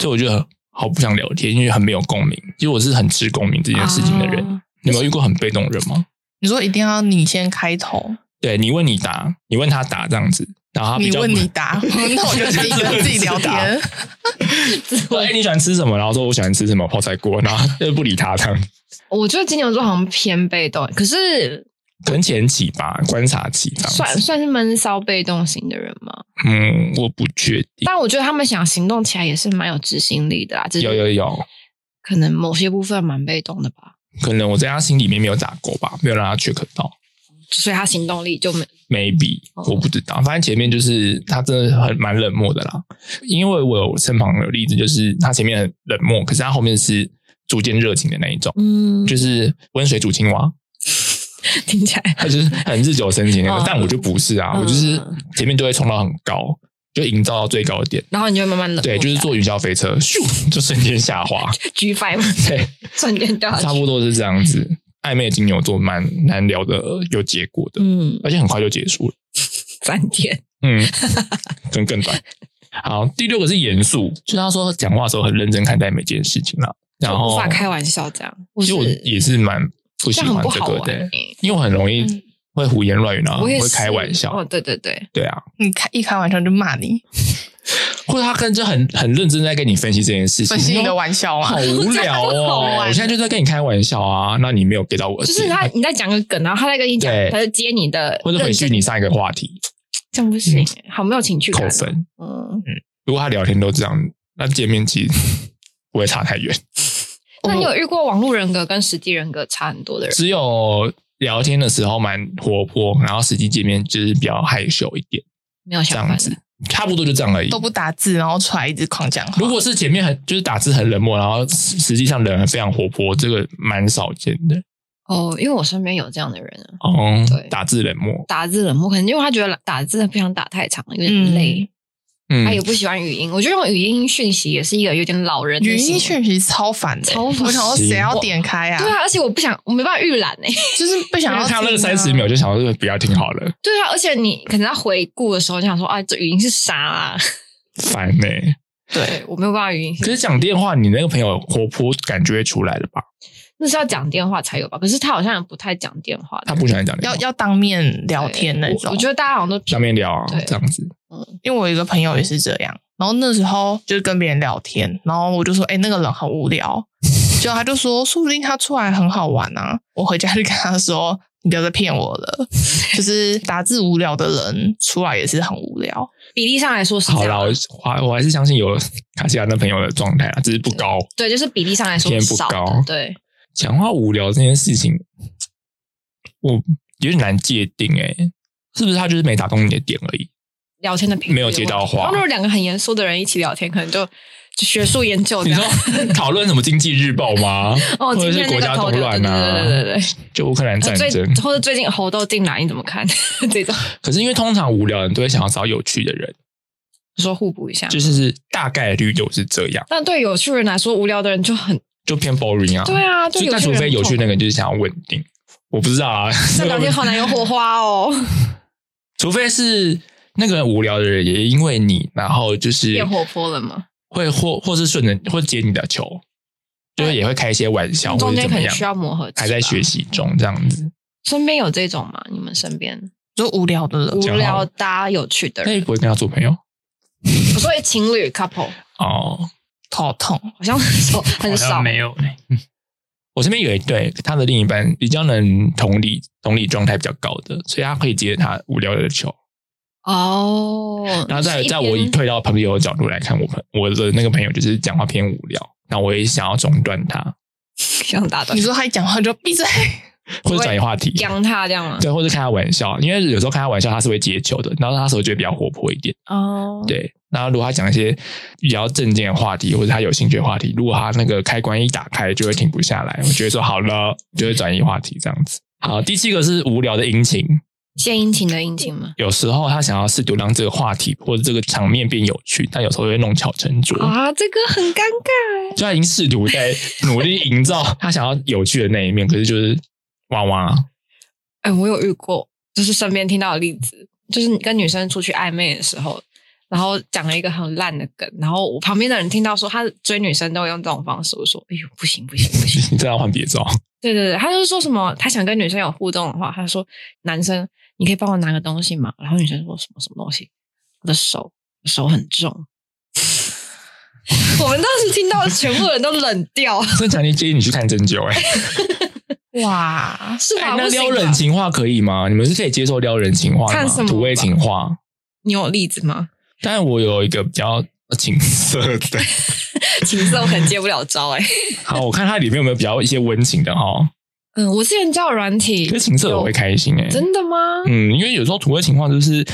所以我觉得好不想聊天，因为很没有共鸣。其实我是很吃共鸣这件事情的人。哦你们有遇过很被动的人吗？你说一定要你先开头，对你问你答，你问他答这样子，然后他比你较问你答，那我就自己 跟自己聊天。说：“哎、你喜欢吃什么？”然后说：“我喜欢吃什么泡菜锅。”然后就不理他这样。哦我觉得金牛座好像偏被动，可是可能前期吧，观察期这样子。算算是闷骚被动型的人嘛。嗯，我不确定。但我觉得他们想行动起来也是蛮有执行力的啦，啊只有是有有，可能某些部分蛮被动的吧，可能我在他心里面没有打勾吧，没有让他 check 到。所以他行动力就没 maybe 哦我不知道，反正前面就是他真的很蛮冷漠的啦。因为我有身旁有例子，就是他前面很冷漠，可是他后面是逐渐热情的那一种，嗯，就是温水煮青蛙，听起来他就是很日久生情那哦个。但我就不是啊，嗯我就是前面就会冲到很高，就营造到最高点。然后你就会慢慢冷漠下对，来，就是坐云霄飞车，咻就瞬间 下滑， G five 对，瞬间掉下差去，不多是这样子。暧昧的金牛座蛮难聊的，有结果的，嗯，而且很快就结束了。三天 嗯，更更短。好，第六个是严肃，就是他说讲话的时候很认真看待每件事情啦。然就后无法开玩笑这样，我其实我是也是蛮不喜这样很欢不这好个玩的、欸因为我很容易会胡言乱语，然后我也会是开玩笑。哦，对对对，对啊，你开一开玩笑就骂你，或者他跟就很很认真在跟你分析这件事情，分析你然的后玩笑嘛好。无聊这样好哦！玩我现在就在跟你开玩笑啊，那你没有 get 到我的就点，是他你在讲个梗，然后他在跟你讲对，他就接你的，或者回去你上一个话题这样不行，好没有情趣感扣哦，分。嗯，如果他聊天都这样，那见面其实 不会差太远。那你有遇过网络人格跟实际人格差很多的人？只有聊天的时候蛮活泼，然后实际见面就是比较害羞一点，没有这想样法子的，，差不多就这样而已都。不打字，然后出来一直狂讲话。如果是前面很就是打字很冷漠，然后实实际上人非常活泼，这个蛮少见的哦，因为我身边有这样的人啊，哦对。打字冷漠，打字冷漠，可能因为他觉得打字不想打太长，有点累，嗯他，也不喜欢语音。我觉得用语音讯息也是一个有点老人的语行音为讯息超烦的、超烦我想说谁要点开啊？对啊，而且我不想，我没办法预览哎、 就是不想因要为看到那个听啊三十秒，就想说不要听好了，对啊，而且你可能在回顾的时候，就想说啊，这语音是啥啊？烦呢、对，对我没有办法语音，可是讲电话，你那个朋友活泼感觉会出来的吧？那是要讲电话才有吧？可是他好像也不太讲电话的他不喜欢讲电要话，要当面聊天那我种我。觉得大家好像都当面聊啊对这样子，因为我有一个朋友也是这样，然后那时候就是跟别人聊天，然后我就说：“哎、那个人很无聊。”结果他就说：“说不定他出来很好玩啊！”我回家就跟他说：“你不要再骗我了，就是打字无聊的人出来也是很无聊。比例上来说是这好啦，样我啊，我我还是相信有卡西亚那朋友的状态啦，啊只是不高。对，就是比例上来说偏不少的高对，讲话无聊这件事情，我有点难界定诶、是不是他就是没打动你的点而已？聊天的频率没有接到话然后如果两个很严肃的人一起聊天，可能就就学术研究这你样。说 讨论什么经济日报吗？啊 哦，或今者天是国那家个头动就乱啊？对对对对就乌克兰战对，争呃最。或者最近猴豆进来，你怎么看？ 这种可是因为通常无聊的人都会想要找有趣的人，说互补一下。就是大概率就是这样，但对有趣人来说，无聊的人就很就偏 boring 啊。对啊，就对有但趣除人非有趣很那个人就是想要稳定，我不知道啊。痛苦，那聊天好难有火花哦， 除非是那个无聊的人也因为你，然后就是变活泼了吗？会或或是顺着或接你的球，就是也会开一些玩笑，或中者间怎可么能样需，要磨合期吧，还在学习中这样子。身边有这种吗？你们身边就无聊的人无讲好聊搭有趣的那人，也不会跟他做朋友我说情侣 couple 哦。头痛，好像很 少好很像少，欸没有欸呢。我身边有一对他的另一半比较能同理同理状态比较高的，所以他可以接他无聊的球。哦。然后是在一在我以边退到朋友的角度来看，我朋我的那个朋友就是讲话偏无聊，那我也想要中断他，想打 断你说他一讲话就闭嘴，或者转移话题，讲他这样啊吗？对，或者开他玩笑，因为有时候开他玩笑他是会接球的，然后他手就会比较活泼一点。哦，对，然后如果他讲一些比较正经的话题，或者他有兴趣的话题，如果他那个开关一打开，就会停不下来。我觉得说好了，就会转移话题这样子。好，第七个是无聊的殷勤，献殷勤的殷勤吗？有时候他想要试图让这个话题或者这个场面变有趣，但有时候会弄巧成拙。啊，这个很尴尬就他已经试图在努力 营造他想要有趣的那一面，可是就是哇哇，哎、我有遇过，就是身边听到的例子，就是你跟女生出去暧昧的时候，然后讲了一个很烂的梗，然后我旁边的人听到说他追女生都会用这种方式，我说哎呦不行不行不行， 你真的要换别招。对对对，他就是说什么他想跟女生有互动的话，他说男生你可以帮我拿个东西嘛，然后女生说什么什么东西，我的手手很重， 我们当时听到全部人都冷掉，真的强烈建议你去看针灸、欸， 哎，哇， 是吧？那啊不行撩吧人情话可以吗？你们是可以接受撩人情话的看什吗？么土味吧情话。你有例子吗？ 但我有一个比较情色的，情色我可能接不了招哎、好，我看它里面有没有比较一些温情的哈。嗯，我之前叫软体因为，情色我会开心哎、真的吗？嗯，因为有时候土味情况就是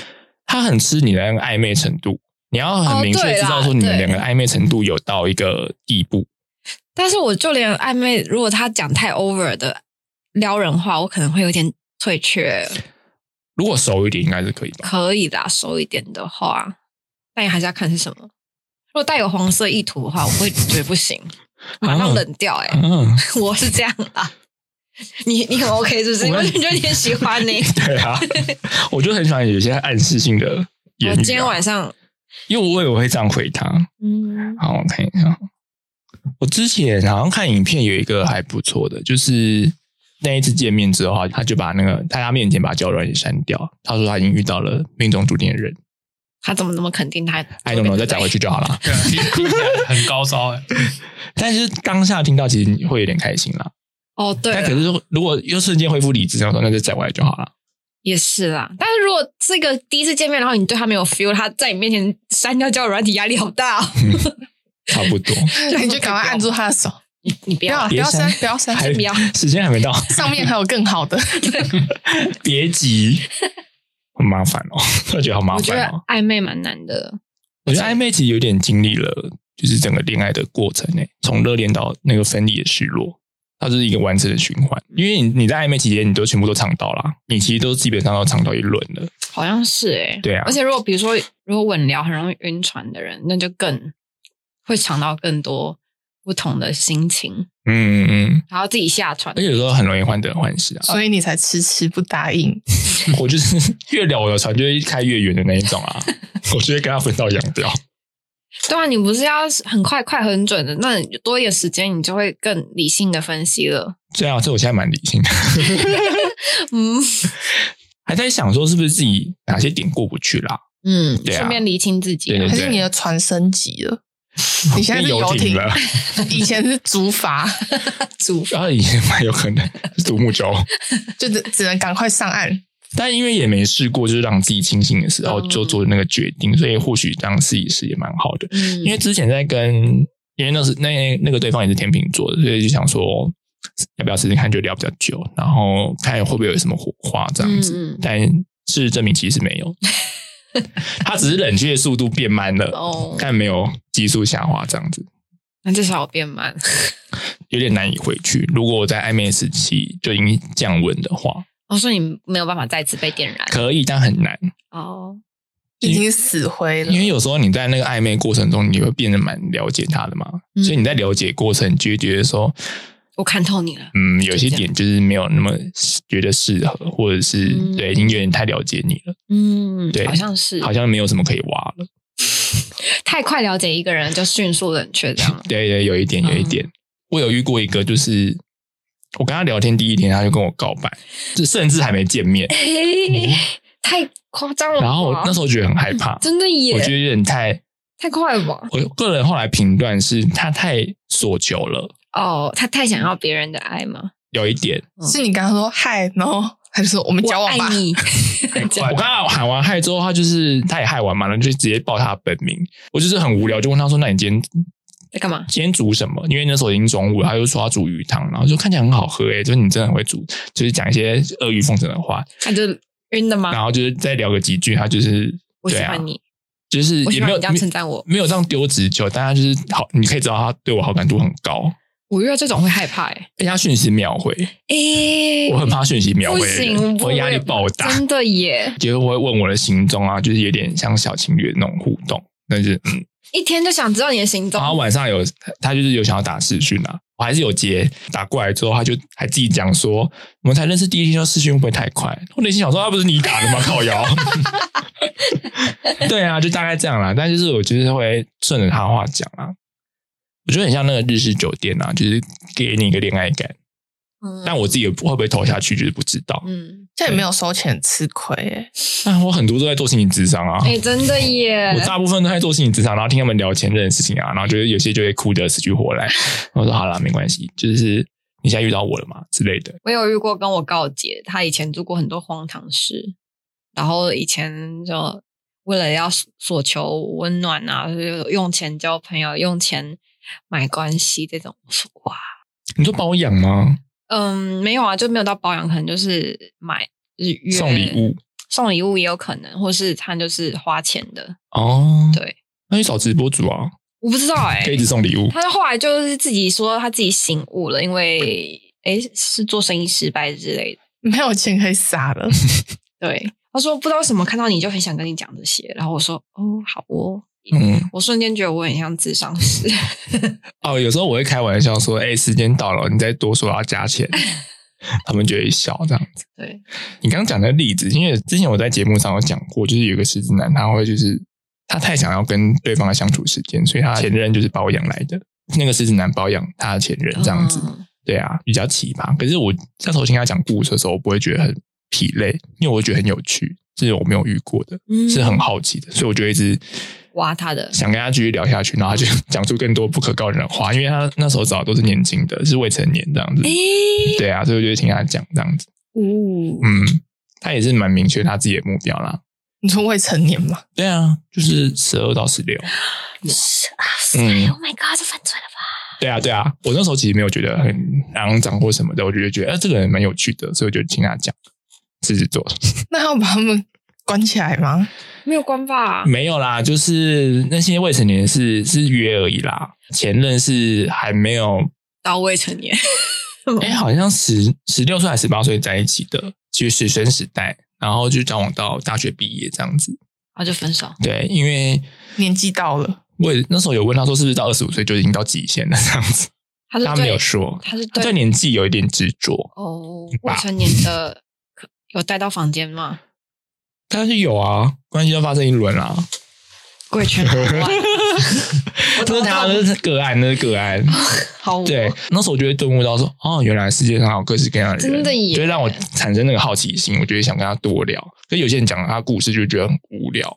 它很吃你的那个暧昧程度，你要很明哦对确啦知道说你们对两个暧昧程度有到一个地步。但是我就连暧昧，如果他讲太 over 的撩人话，我可能会有点退却。如果熟一点，应该是可以吧？可以啦，熟一点的话，但也还是要看是什么。如果带有黄色意图的话，我会觉得不 行，啊马上冷掉、欸。哎、嗯， 我是这样啦。你你很 OK 是不是？我我就觉得你很喜欢 呢、对 啊，我就很喜欢有一些暗示性的言我语、啊。今天晚上，因为我也会这样回他。嗯，好，我看一下。我之前好像看影片有一个还不错的，就是那一次见面之后，他就把那个在他面前把交友软件删掉。他说他已经遇到了命中注定的人，他怎么那么肯定他？哎，懂不懂？再讲回去就好了。对啊，听听起来很高招哎、但是当下听到其实会有点开心啦。哦，对但啦可是如果又瞬间恢复理智，然后说那就再回来就好了。也是啦。但是如果这个第一次见面，然后你对他没有 feel，他在你面前删掉交友软体，压力好大、哦。差 不多，你就赶快按住他的手，你你不不要要啊，不别要删删，不要删，还先不要，时间还没啊到，上面还有更好的。别 急，很麻烦哦， 我觉得好麻我觉烦得哦。暧昧蛮难的。我觉得暧昧其实有点经历了，就是整个恋爱的过程诶、从热恋到那个分离的失落，它就是一个完整的循环。因为你你在暧昧期间，你都全部都尝到啦，你其实都基本上都尝到一轮了。好像是哎、对啊而且如果比如说如果稳聊很容易晕船的人，那就更会尝到更多不同的心情，嗯嗯嗯，然后自己下船而。且有时候很容易患得患失啊。所以你才迟迟不答应。 我就是 越聊我的船就会开越远的那一种 啊，我就会跟他分道扬镳。对啊，你不是要很快、快、很准的，那你多一点时间，你就会更理性的分析了。对啊，所以我现在蛮理 性的，嗯还在想说是不是自己哪些点过不去啦。嗯， 对啊顺便厘清自己啊。对还是你的船升级 了？你现在是变游艇了，， 以前是竹筏，主然后也蛮有可能是独木舟。就只只能赶快上岸。但因为也没试过，就是让自己清醒的时候嗯就做那个决定，所以或许这样试一试也蛮好的。嗯因为之前在跟，因为那是那那个对方也是天秤座的，所以就想说要不要试试看，就聊比较久，然后看会不会有什么火花这样子。嗯嗯但事实证明其实没 有，他只是冷却速度变慢了，哦，但没有急速下滑这样子。那至少我变慢。有点难以回去。如果我在暧昧时期就已经降温的话，我说哦你没有办法再次被点燃可以，但很难。哦，已经死灰了因，为有时候你在那个暧昧过程中，你会变得蛮了解他的嘛，嗯所以你在了解过程，你就会觉得说，我看透你了。嗯，有些点就是没有那么觉得适合，或者是、嗯对，已经有点太了解你了，嗯，对好像是，好像没有什么可以挖了。太快了解一个人就迅速冷却这样吗 对对，有一点，嗯有一点。我有遇过一个，就是我跟他聊天第一天，他就跟我告白，就甚至还没见面。嘿太夸张了吧。嗯然后我那时候觉得很害怕，真的耶，我觉得有点太，太快了吧？我个人后来评断是他太索求了，哦，他太想要别人的爱吗？有一点。是你刚刚说嗨，然后他就说我们交我往爱吧， 你，我刚刚喊完嗨之后，他就是他也嗨完嘛，然后就直接报他的本名。我就是很无聊，就问他说：“那你今天在干嘛？今天煮什么？因为那时候已经中午了，他就说他煮鱼汤，然后就看起来很好喝诶、就是你真的很会煮，就是讲一些阿谀奉承的话，他就晕了吗？然后就是再聊个几句，他就是我喜对啊欢，你，就是我也喜没欢有你这样称赞我。没有这样丢直球，但他就是好，你可以知道他对我好感度很高，我遇到这种会害怕 哎、被他讯息秒回，欸，我很怕讯息秒回的不人，行我压力爆大，真的耶，结果会问我的行踪啊，就是有点像小情侣的那种互动，但是嗯。一天就想知道你的行踪然，后晚上有他就是有想要打视讯啊，我还是有接打过来之后，他就还自己讲说，我们才认识第一天就视讯会不会太快？我内心想说，那、啊不是你打的吗？靠腰。 对啊，就大概这样啦。但就是我就是会顺着他话讲啊，我觉得很像那个日式酒店啊，就是给你一个恋爱感。嗯但我自己会不会投下去，就是不知道。嗯，这也没有收钱吃亏哎、但我很多都在做心理智商啊。哎、真的耶我，大部分都在做心理职场，然后听他们聊前任的事情啊，然后就是有些就会哭得死去活 来。我说好啦，没关系，就是你现在遇到我了嘛之类的。我有遇过跟我告解，他以前做过很多荒唐事，然后以前就为了要索求温暖啊，就是用钱交朋友，用钱买关系这种，我说哇，你说包养吗？嗯，没有啊，就没有到保养，可能就是买就是约送礼，物送礼物也有可能，或是他就是花钱的，哦？对，那你找直播主啊，我不知道哎、可以一直送礼物。他后来就是自己说他自己醒悟了，因为诶是做生意失败之类的。没有钱可以撒 了。对，他说不知道为什么看到你就很想跟你讲这些，然后我说哦好哦，嗯，我瞬间觉得我很像智商师， 哦，有时候我会开玩笑说，哎、时间到了，你再多说我要 加钱，他们就会笑这样子。对，你刚刚讲的例子，因为之前我在节目上有讲过，就是有个狮子男，他会就是他太想要跟对方的相处时间，所以他前任就是包养来的。那个狮子男包养他的前任这样子，嗯对啊，比较奇葩。可是我那时候听他讲故事的时候，我不会觉得很疲累，因为我会觉得很有趣，是我没有遇过的，嗯是很好奇的，所以我就一直挖他的想跟他继续聊下去，然后他就讲出更多不可告人的话，因为他那时候找的都是年轻的，是未成年这样子，诶对啊，所以我就听他讲这样子，哦，嗯，他也是蛮明确他自己的目标啦，你说未成年吗？对啊，就是十二到十六。嗯，Oh my god，这犯罪了吧？对啊，对啊，我那时候其实没有觉得很肮脏或什么的，我就觉得，哎、这个人蛮有趣的，所以我就听他讲。狮子座那要把他们关起来吗？没有关吧？没有啦，就是那些未成年是是约而已啦，前任是还没有，到未成 年，哎、好像十十六岁还是十八岁在一起的，就是学生时代，然后就交往到大学毕业这样子。然后就分手。对，因为年纪到了，我也那时候有问他说，是不是到二十五岁就已经到极限了这样子，他是他对没有说，他是他对对年纪有一点执着，哦吧未成年的可有带到房间吗？但是有啊，关系都发生一轮啦、啊。贵 圈好玩，我不懂是他，懂那是个案，那是 个案。好玩对，那时候我就会顿悟到说，哦，原来世界上还有各式各样的人，真的耶就会让我产生那个好奇心，我就会想跟他多聊。可是有些人讲他故事就觉得很无聊，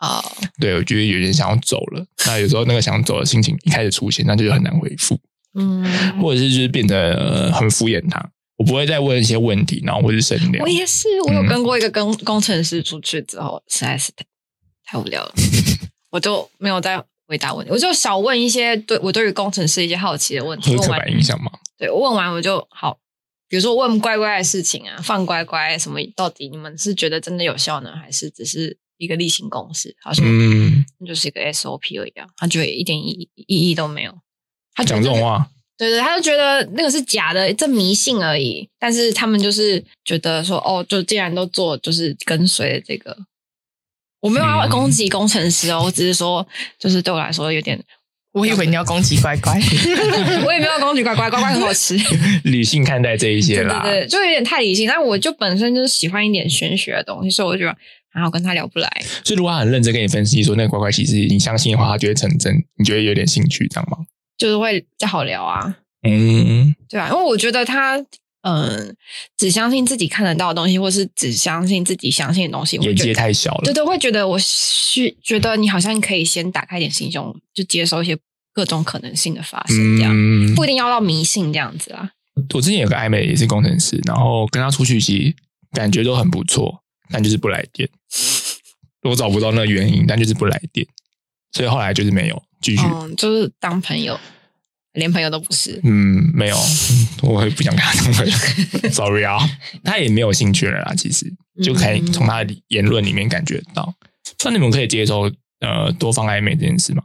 哦，对我觉得有点想要走了。那有时候那个想走的心情一开始出现，那就很难回复，嗯，或者是就是变得、呃很敷衍他。我不会再问一些问题，然后或是深聊我。也是，我有嗯跟过一个工工程师出去之后，实在是太太无 聊了，我就没有再回答问题，我就少问一些对我对于工程师一些好奇的问这题。是问 刻完板，印象嘛？对我问完我就好，比如说问乖乖的事情啊，放乖乖什么，到底你们是觉得真的有效呢，还是只是一个例行公事？好像嗯，就是一个 SOP 而已啊，他觉得一点意义意义都没有。他觉讲得这种话，啊对对，他就觉得那个是假的，这迷信而已。但是他们就是觉得说，哦，就既然都做，就是跟随这个。我没有要嗯攻击工程师哦，我只是说，就是对我来说有点， 我以为你要攻击乖 乖，我也没有攻击乖乖，乖乖很好吃，理性看待这一些对啦。对对，就有点太理性。但我就本身就是喜欢一点玄学的东西，所以我就觉得，啊，我跟他聊不来。所以如果他很认真跟你分析说那个乖乖其实你相信的话，他就会成真，你就会有点兴趣，这样吗？就是会比较好聊啊。嗯，对啊，因为我觉得他嗯、只相信自己看得到的东西，或是只相信自己相信的东西，我眼觉界得太小对了。对，会觉得我需觉得你好像可以先打开一点心胸，就接受一些各种可能性的发生，这样、嗯，不一定要到迷信这样子啊。我之前有个暧昧也是工程师，然后跟他出去其实感觉都很不错，但就是不来电。我找不到那个原因，但就是不来电，所以后来就是没有继续。嗯，就是当朋友，连朋友都不是。嗯，没有，嗯我也不想跟他当朋友，sorry 啊，他也没有兴趣了啦。其实就可以嗯从他的言论里面感觉到，那你们可以接受呃多方暧昧这件事吗？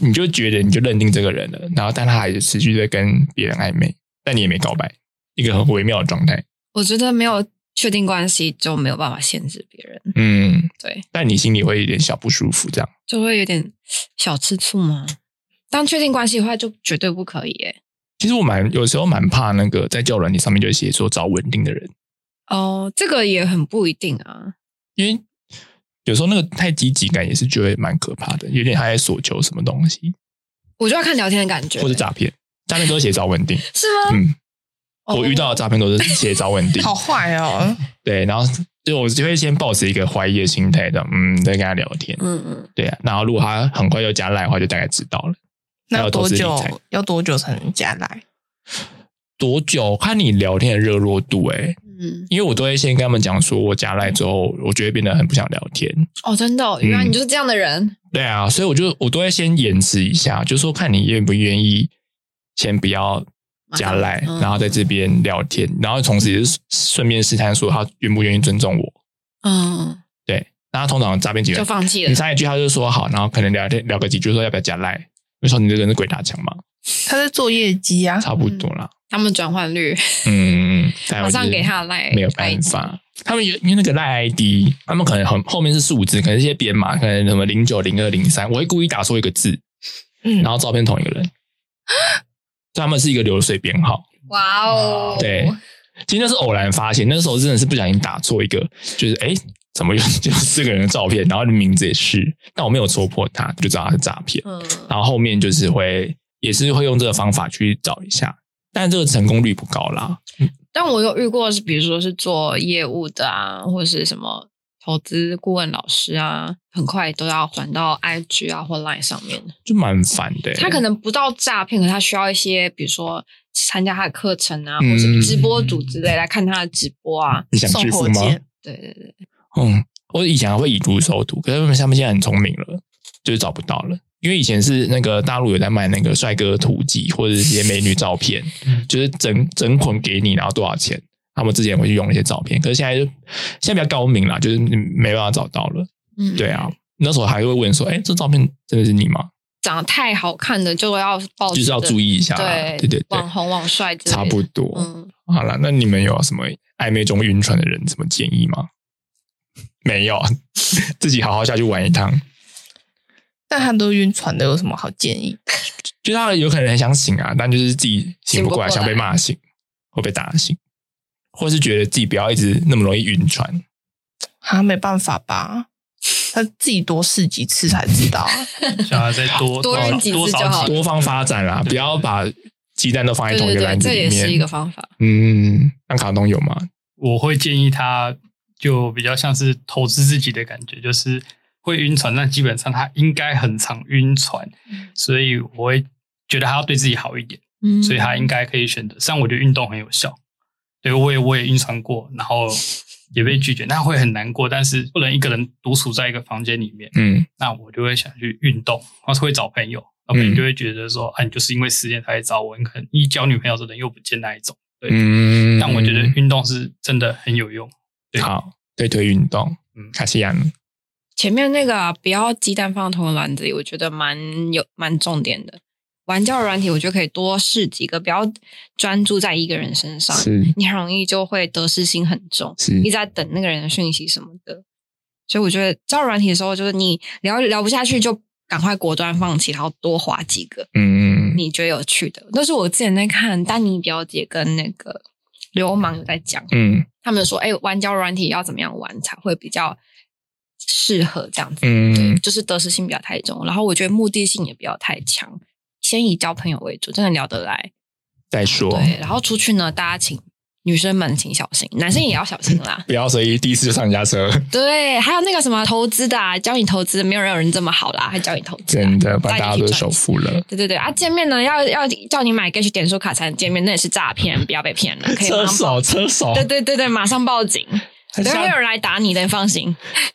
你就觉得你就认定这个人了，然后但他还是持续在跟别人暧昧，但你也没告白，一个很微妙的状态。我觉得没有确定关系就没有办法限制别人，嗯，对，但你心里会有点小不舒服，这样。就会有点小吃醋吗？当确定关系的话，就绝对不可以耶。其实我蛮有时候蛮怕那个在交友软体上面就写说找稳定的人，哦，这个也很不一定啊。因为有时候那个太积极感也是觉得蛮可怕的，有点他在索求什么东西我就要看聊天的感觉，或者诈骗，诈骗都是写找稳定。是吗？嗯，哦我遇到的诈骗都是写找稳 定，好坏哦，对，然后就我就会先抱持一个怀疑的心态的，嗯，在跟他聊天，嗯嗯，对啊，然后如果他很快就加赖的话，就大概知道了。那要还有投多资理财久？要多久才能加来？多久？看你聊天的热络度、欸，嗯，因为我都会先跟他们讲说，我加赖之后，我觉得变得很不想聊天，哦，真的、哦，原嗯来你就是这样的人。对啊，所以我就我都会先延迟一下，就说看你愿不愿意，先不要加赖，嗯然后在这边聊天，然后同时也是顺便试探说他愿不愿意尊重我。嗯，对，那他通常诈骗集就团，放弃了你。插一句他就说好，然后可能聊天聊个几句说要不要加赖，就说你这个人是鬼打墙嘛，他在做业绩啊，差不多啦。他们转换率嗯，嗯嗯但马我就上是给他赖，没有办法。他们有因为那个赖 ID，他们可能很后面是数字，可能一些编码，可能什么零九零二零三，我会故意打错一个字，嗯然后照片同一个人，所以他们是一个流水编号。哇哦，对，其实那是偶然发现，那时候真的是不小心打错一个，就是哎，诶怎么有就是四个人的照片，然后名字也是，但我没有戳破他，就知道他是诈骗。嗯，然后后面就是会也是会用这个方法去找一下，但这个成功率不高啦。但我有遇过是，比如说是做业务的啊，或是什么投资顾问老师啊，很快都要转到 IG 啊或 Line 上面。就蛮烦的、欸他可能不到诈骗，可是他需要一些，比如说参加他的课程啊，嗯或是直播主之类来看他的直播啊。你想送致富火吗？箭，对对对，嗯，我以前还会以毒手毒，可是他们现在很聪明了，就是找不到了。因为以前是那个大陆有在卖那个帅哥图集或者是一些美女照片，嗯就是整整捆给你，然后多少钱？他们之前会去用那些照片，可是现在就现在比较高明啦，就是你没办法找到了。嗯，对，啊，那时候还会问说：“哎、这照片真的是你吗长得太好看的就要报，？”就是要注意，意一下啦。哦对对对对网，红网帅之类的，差不多。嗯，好了，那你们有什么暧昧中晕船的人什么建议吗？ 没有， 自己好好下去玩一趟。但他都晕船的，有什么好建议？就他有可能很想醒啊，但就是自己醒不过来，醒不过来想被骂醒，或被打醒，或是觉得自己不要一直那么容易晕船。他啊没办法吧？他自己多试几次才知道啊。想要再 多多认几次多就少好几多方发展啦，对不要把鸡蛋都放在对同哦嗯一对个对，篮子这里也是一面个。方法。嗯，那卡通有吗？我会建议他就比较像是投资自己的感觉，就是会晕船，但基本上他应该很常晕船，所以我会觉得他要对自己好一点，嗯，所以他应该可以选择。像我觉得运动很有效，对我也我也晕船过，然后也被拒绝，那会很难过，但是不能一个人独处在一个房间里面，嗯那我就会想去运动，或是会找朋友，那朋嗯友就会觉得说，啊，你就是因为失恋才来找我，你可能一交女朋友的人又不见那一种，对，嗯，但我觉得运动是真的很有用。对好，对推运动，嗯卡西亚呢前面那个啊，不要鸡蛋放同一个篮子里，我觉得蛮有蛮重点的。玩交友软体，我觉得可以多试几个，不要专注在一个人身上，是你很容易就会得失心很重，是嗯一直在等那个人的讯息什么的。所以我觉得交友软体的时候，就是你聊聊不下去就赶快果断放弃，然后多划几个嗯你觉得有趣的。那是我之前在看丹尼表姐跟那个流氓有在讲，嗯他们说，哎、玩交友软体要怎么样玩才会比较适合这样子？对，嗯就是得失心不要太重，然后我觉得目的性也不要太强，先以交朋友为主，真的聊得来，再说，对，然后出去呢，大家请女生们请小心，男生也要小心啦。 不要随意第一次就上人家车，对，啊还有那个什么投资的、啊，教你投资，没有人有人这么好啦，还教你投资、啊，真的，不然带你大家去都是赚首钱富了。对对对啊，见面呢要要叫你买 Gage 点数卡才能见面，那也是诈骗，不要被骗了，可 以马上车报。手，车手，对对对对，马上报警，他不会有下人来打你的，你放心。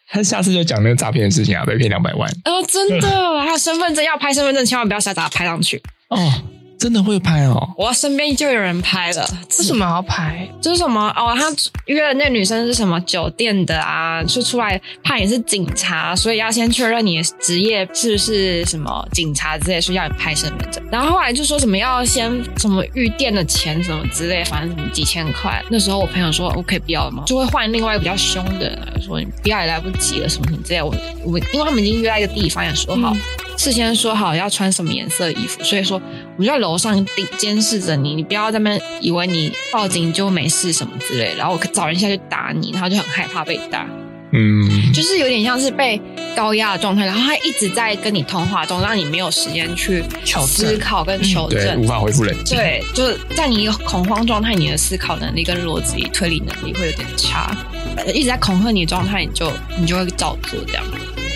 他下次就讲那个诈骗的事情啊，被骗两百万哦，真嗯的，还有身份证要拍身份证，千万不要瞎打拍上去。哦，真的会拍哦，我身边就有人拍了，为什么要拍？就是什么哦，他约的那女生是什么酒店的啊？说出来怕你是警察，所以要先确认你的职业是不是什么警察之类，说要你拍身份证。然后后来就说什么要先什么预垫的钱什么之类，反正什么几千块。那时候我朋友说 OK 不要了嘛，就会换另外一个比较凶的人来说你不要也来不及了什么什么之类。我我因为他们已经约在一个地方也嗯说哦好，事先说好要穿什么颜色的衣服，所以说我们就在楼上盯监视着你，你不要在那边以为你报警就没事什么之类，然后我找人下去打你，然后就很害怕被打，嗯，就是有点像是被高压的状态，然后他一直在跟你通话中，让你没有时间去求证思考跟求对，证无。法恢复冷嗯静，对，就是在你恐慌状态，你的思考能力跟逻辑推理能力会有点差，呃一直在恐吓你的状态，你就你就会照做这样。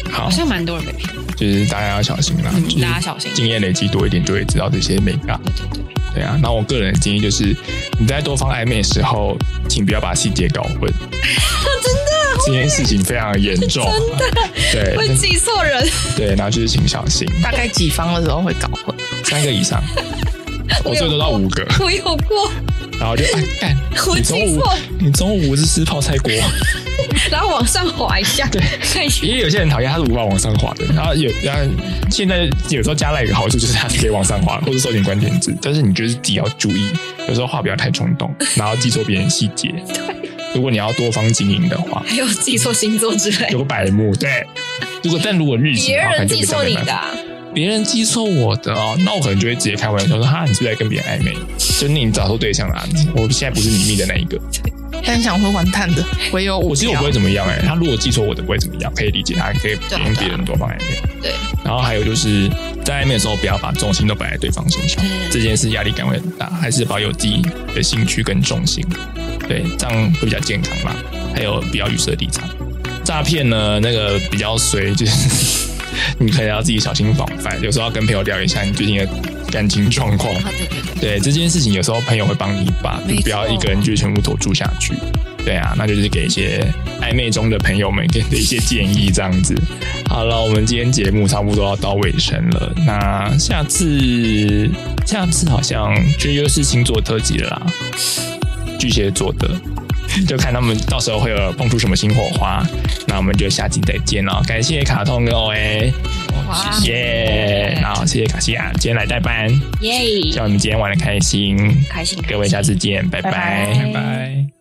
好好，像蛮多人被骗，就是大家要小心啦，就嗯，是大家小心。经验累积多一点，就会知道这些美感。对对对。对啊，那我个人的建议就是，你在多方暧昧的时候，请不要把细节搞 混。真的，这件事情非常严 重。真的，会对记错人，对，然后就是请小心，大概几方的时候会搞混？三个 以上，我最多到五个，我有过，然后 就哎干，我你中记午错，你中午是吃泡菜 锅，然后往上滑一下，对，看一下因为有些人讨厌他是无法往上滑的，然后有然后现在有时候加了一个好处就是它是可以往上 滑，或者搜点关键字，但是你就是自己要注意，有时候话不要太冲 动，然后记错别人细节。如果你要多方经营的话，还有记错星座之类有，个百目对。如果但如果日期别的话，可人能就记比较错没你办的法。啊，别人记错我的哦，那我可能就会直接开玩笑说：“哈，你是不是在跟别人暧昧？就是你找错对象啦、我现在不是你蜜的那一个，但想说完蛋的，我有五我其实我条不会怎么样哎、他如果记错我的不会怎么样，可以理解他，可以对啊跟对别啊人多方暧昧。对，然后还有就是在暧昧的时候，不要把重心都摆在对方身上嗯，这件事压力感会很大，还是保有自己的兴趣跟重心，对，这样会比较健康啦。还有不要预设立场，诈骗呢那个比较随，就是 你可能要自己小心防范，有时候要跟朋友聊一下你最近的感情状况。啊对对对，对这件事情，有时候朋友会帮你一把，没错不要一个人就全部投注下去。对啊，那就是给一些暧昧中的朋友们给的一些建议，这样子。好了，我们今天节目差不多要到尾声了，那下次下次好像这又是星座特辑了啦，巨蟹座的。就看他们到时候会有碰出什么新火花，那我们就下集再见了。感谢卡通跟 OA，哇谢谢，然后谢谢卡西亚今天来代班。耶希，望你们今天玩的开心，开心，各位下次见，拜拜拜拜拜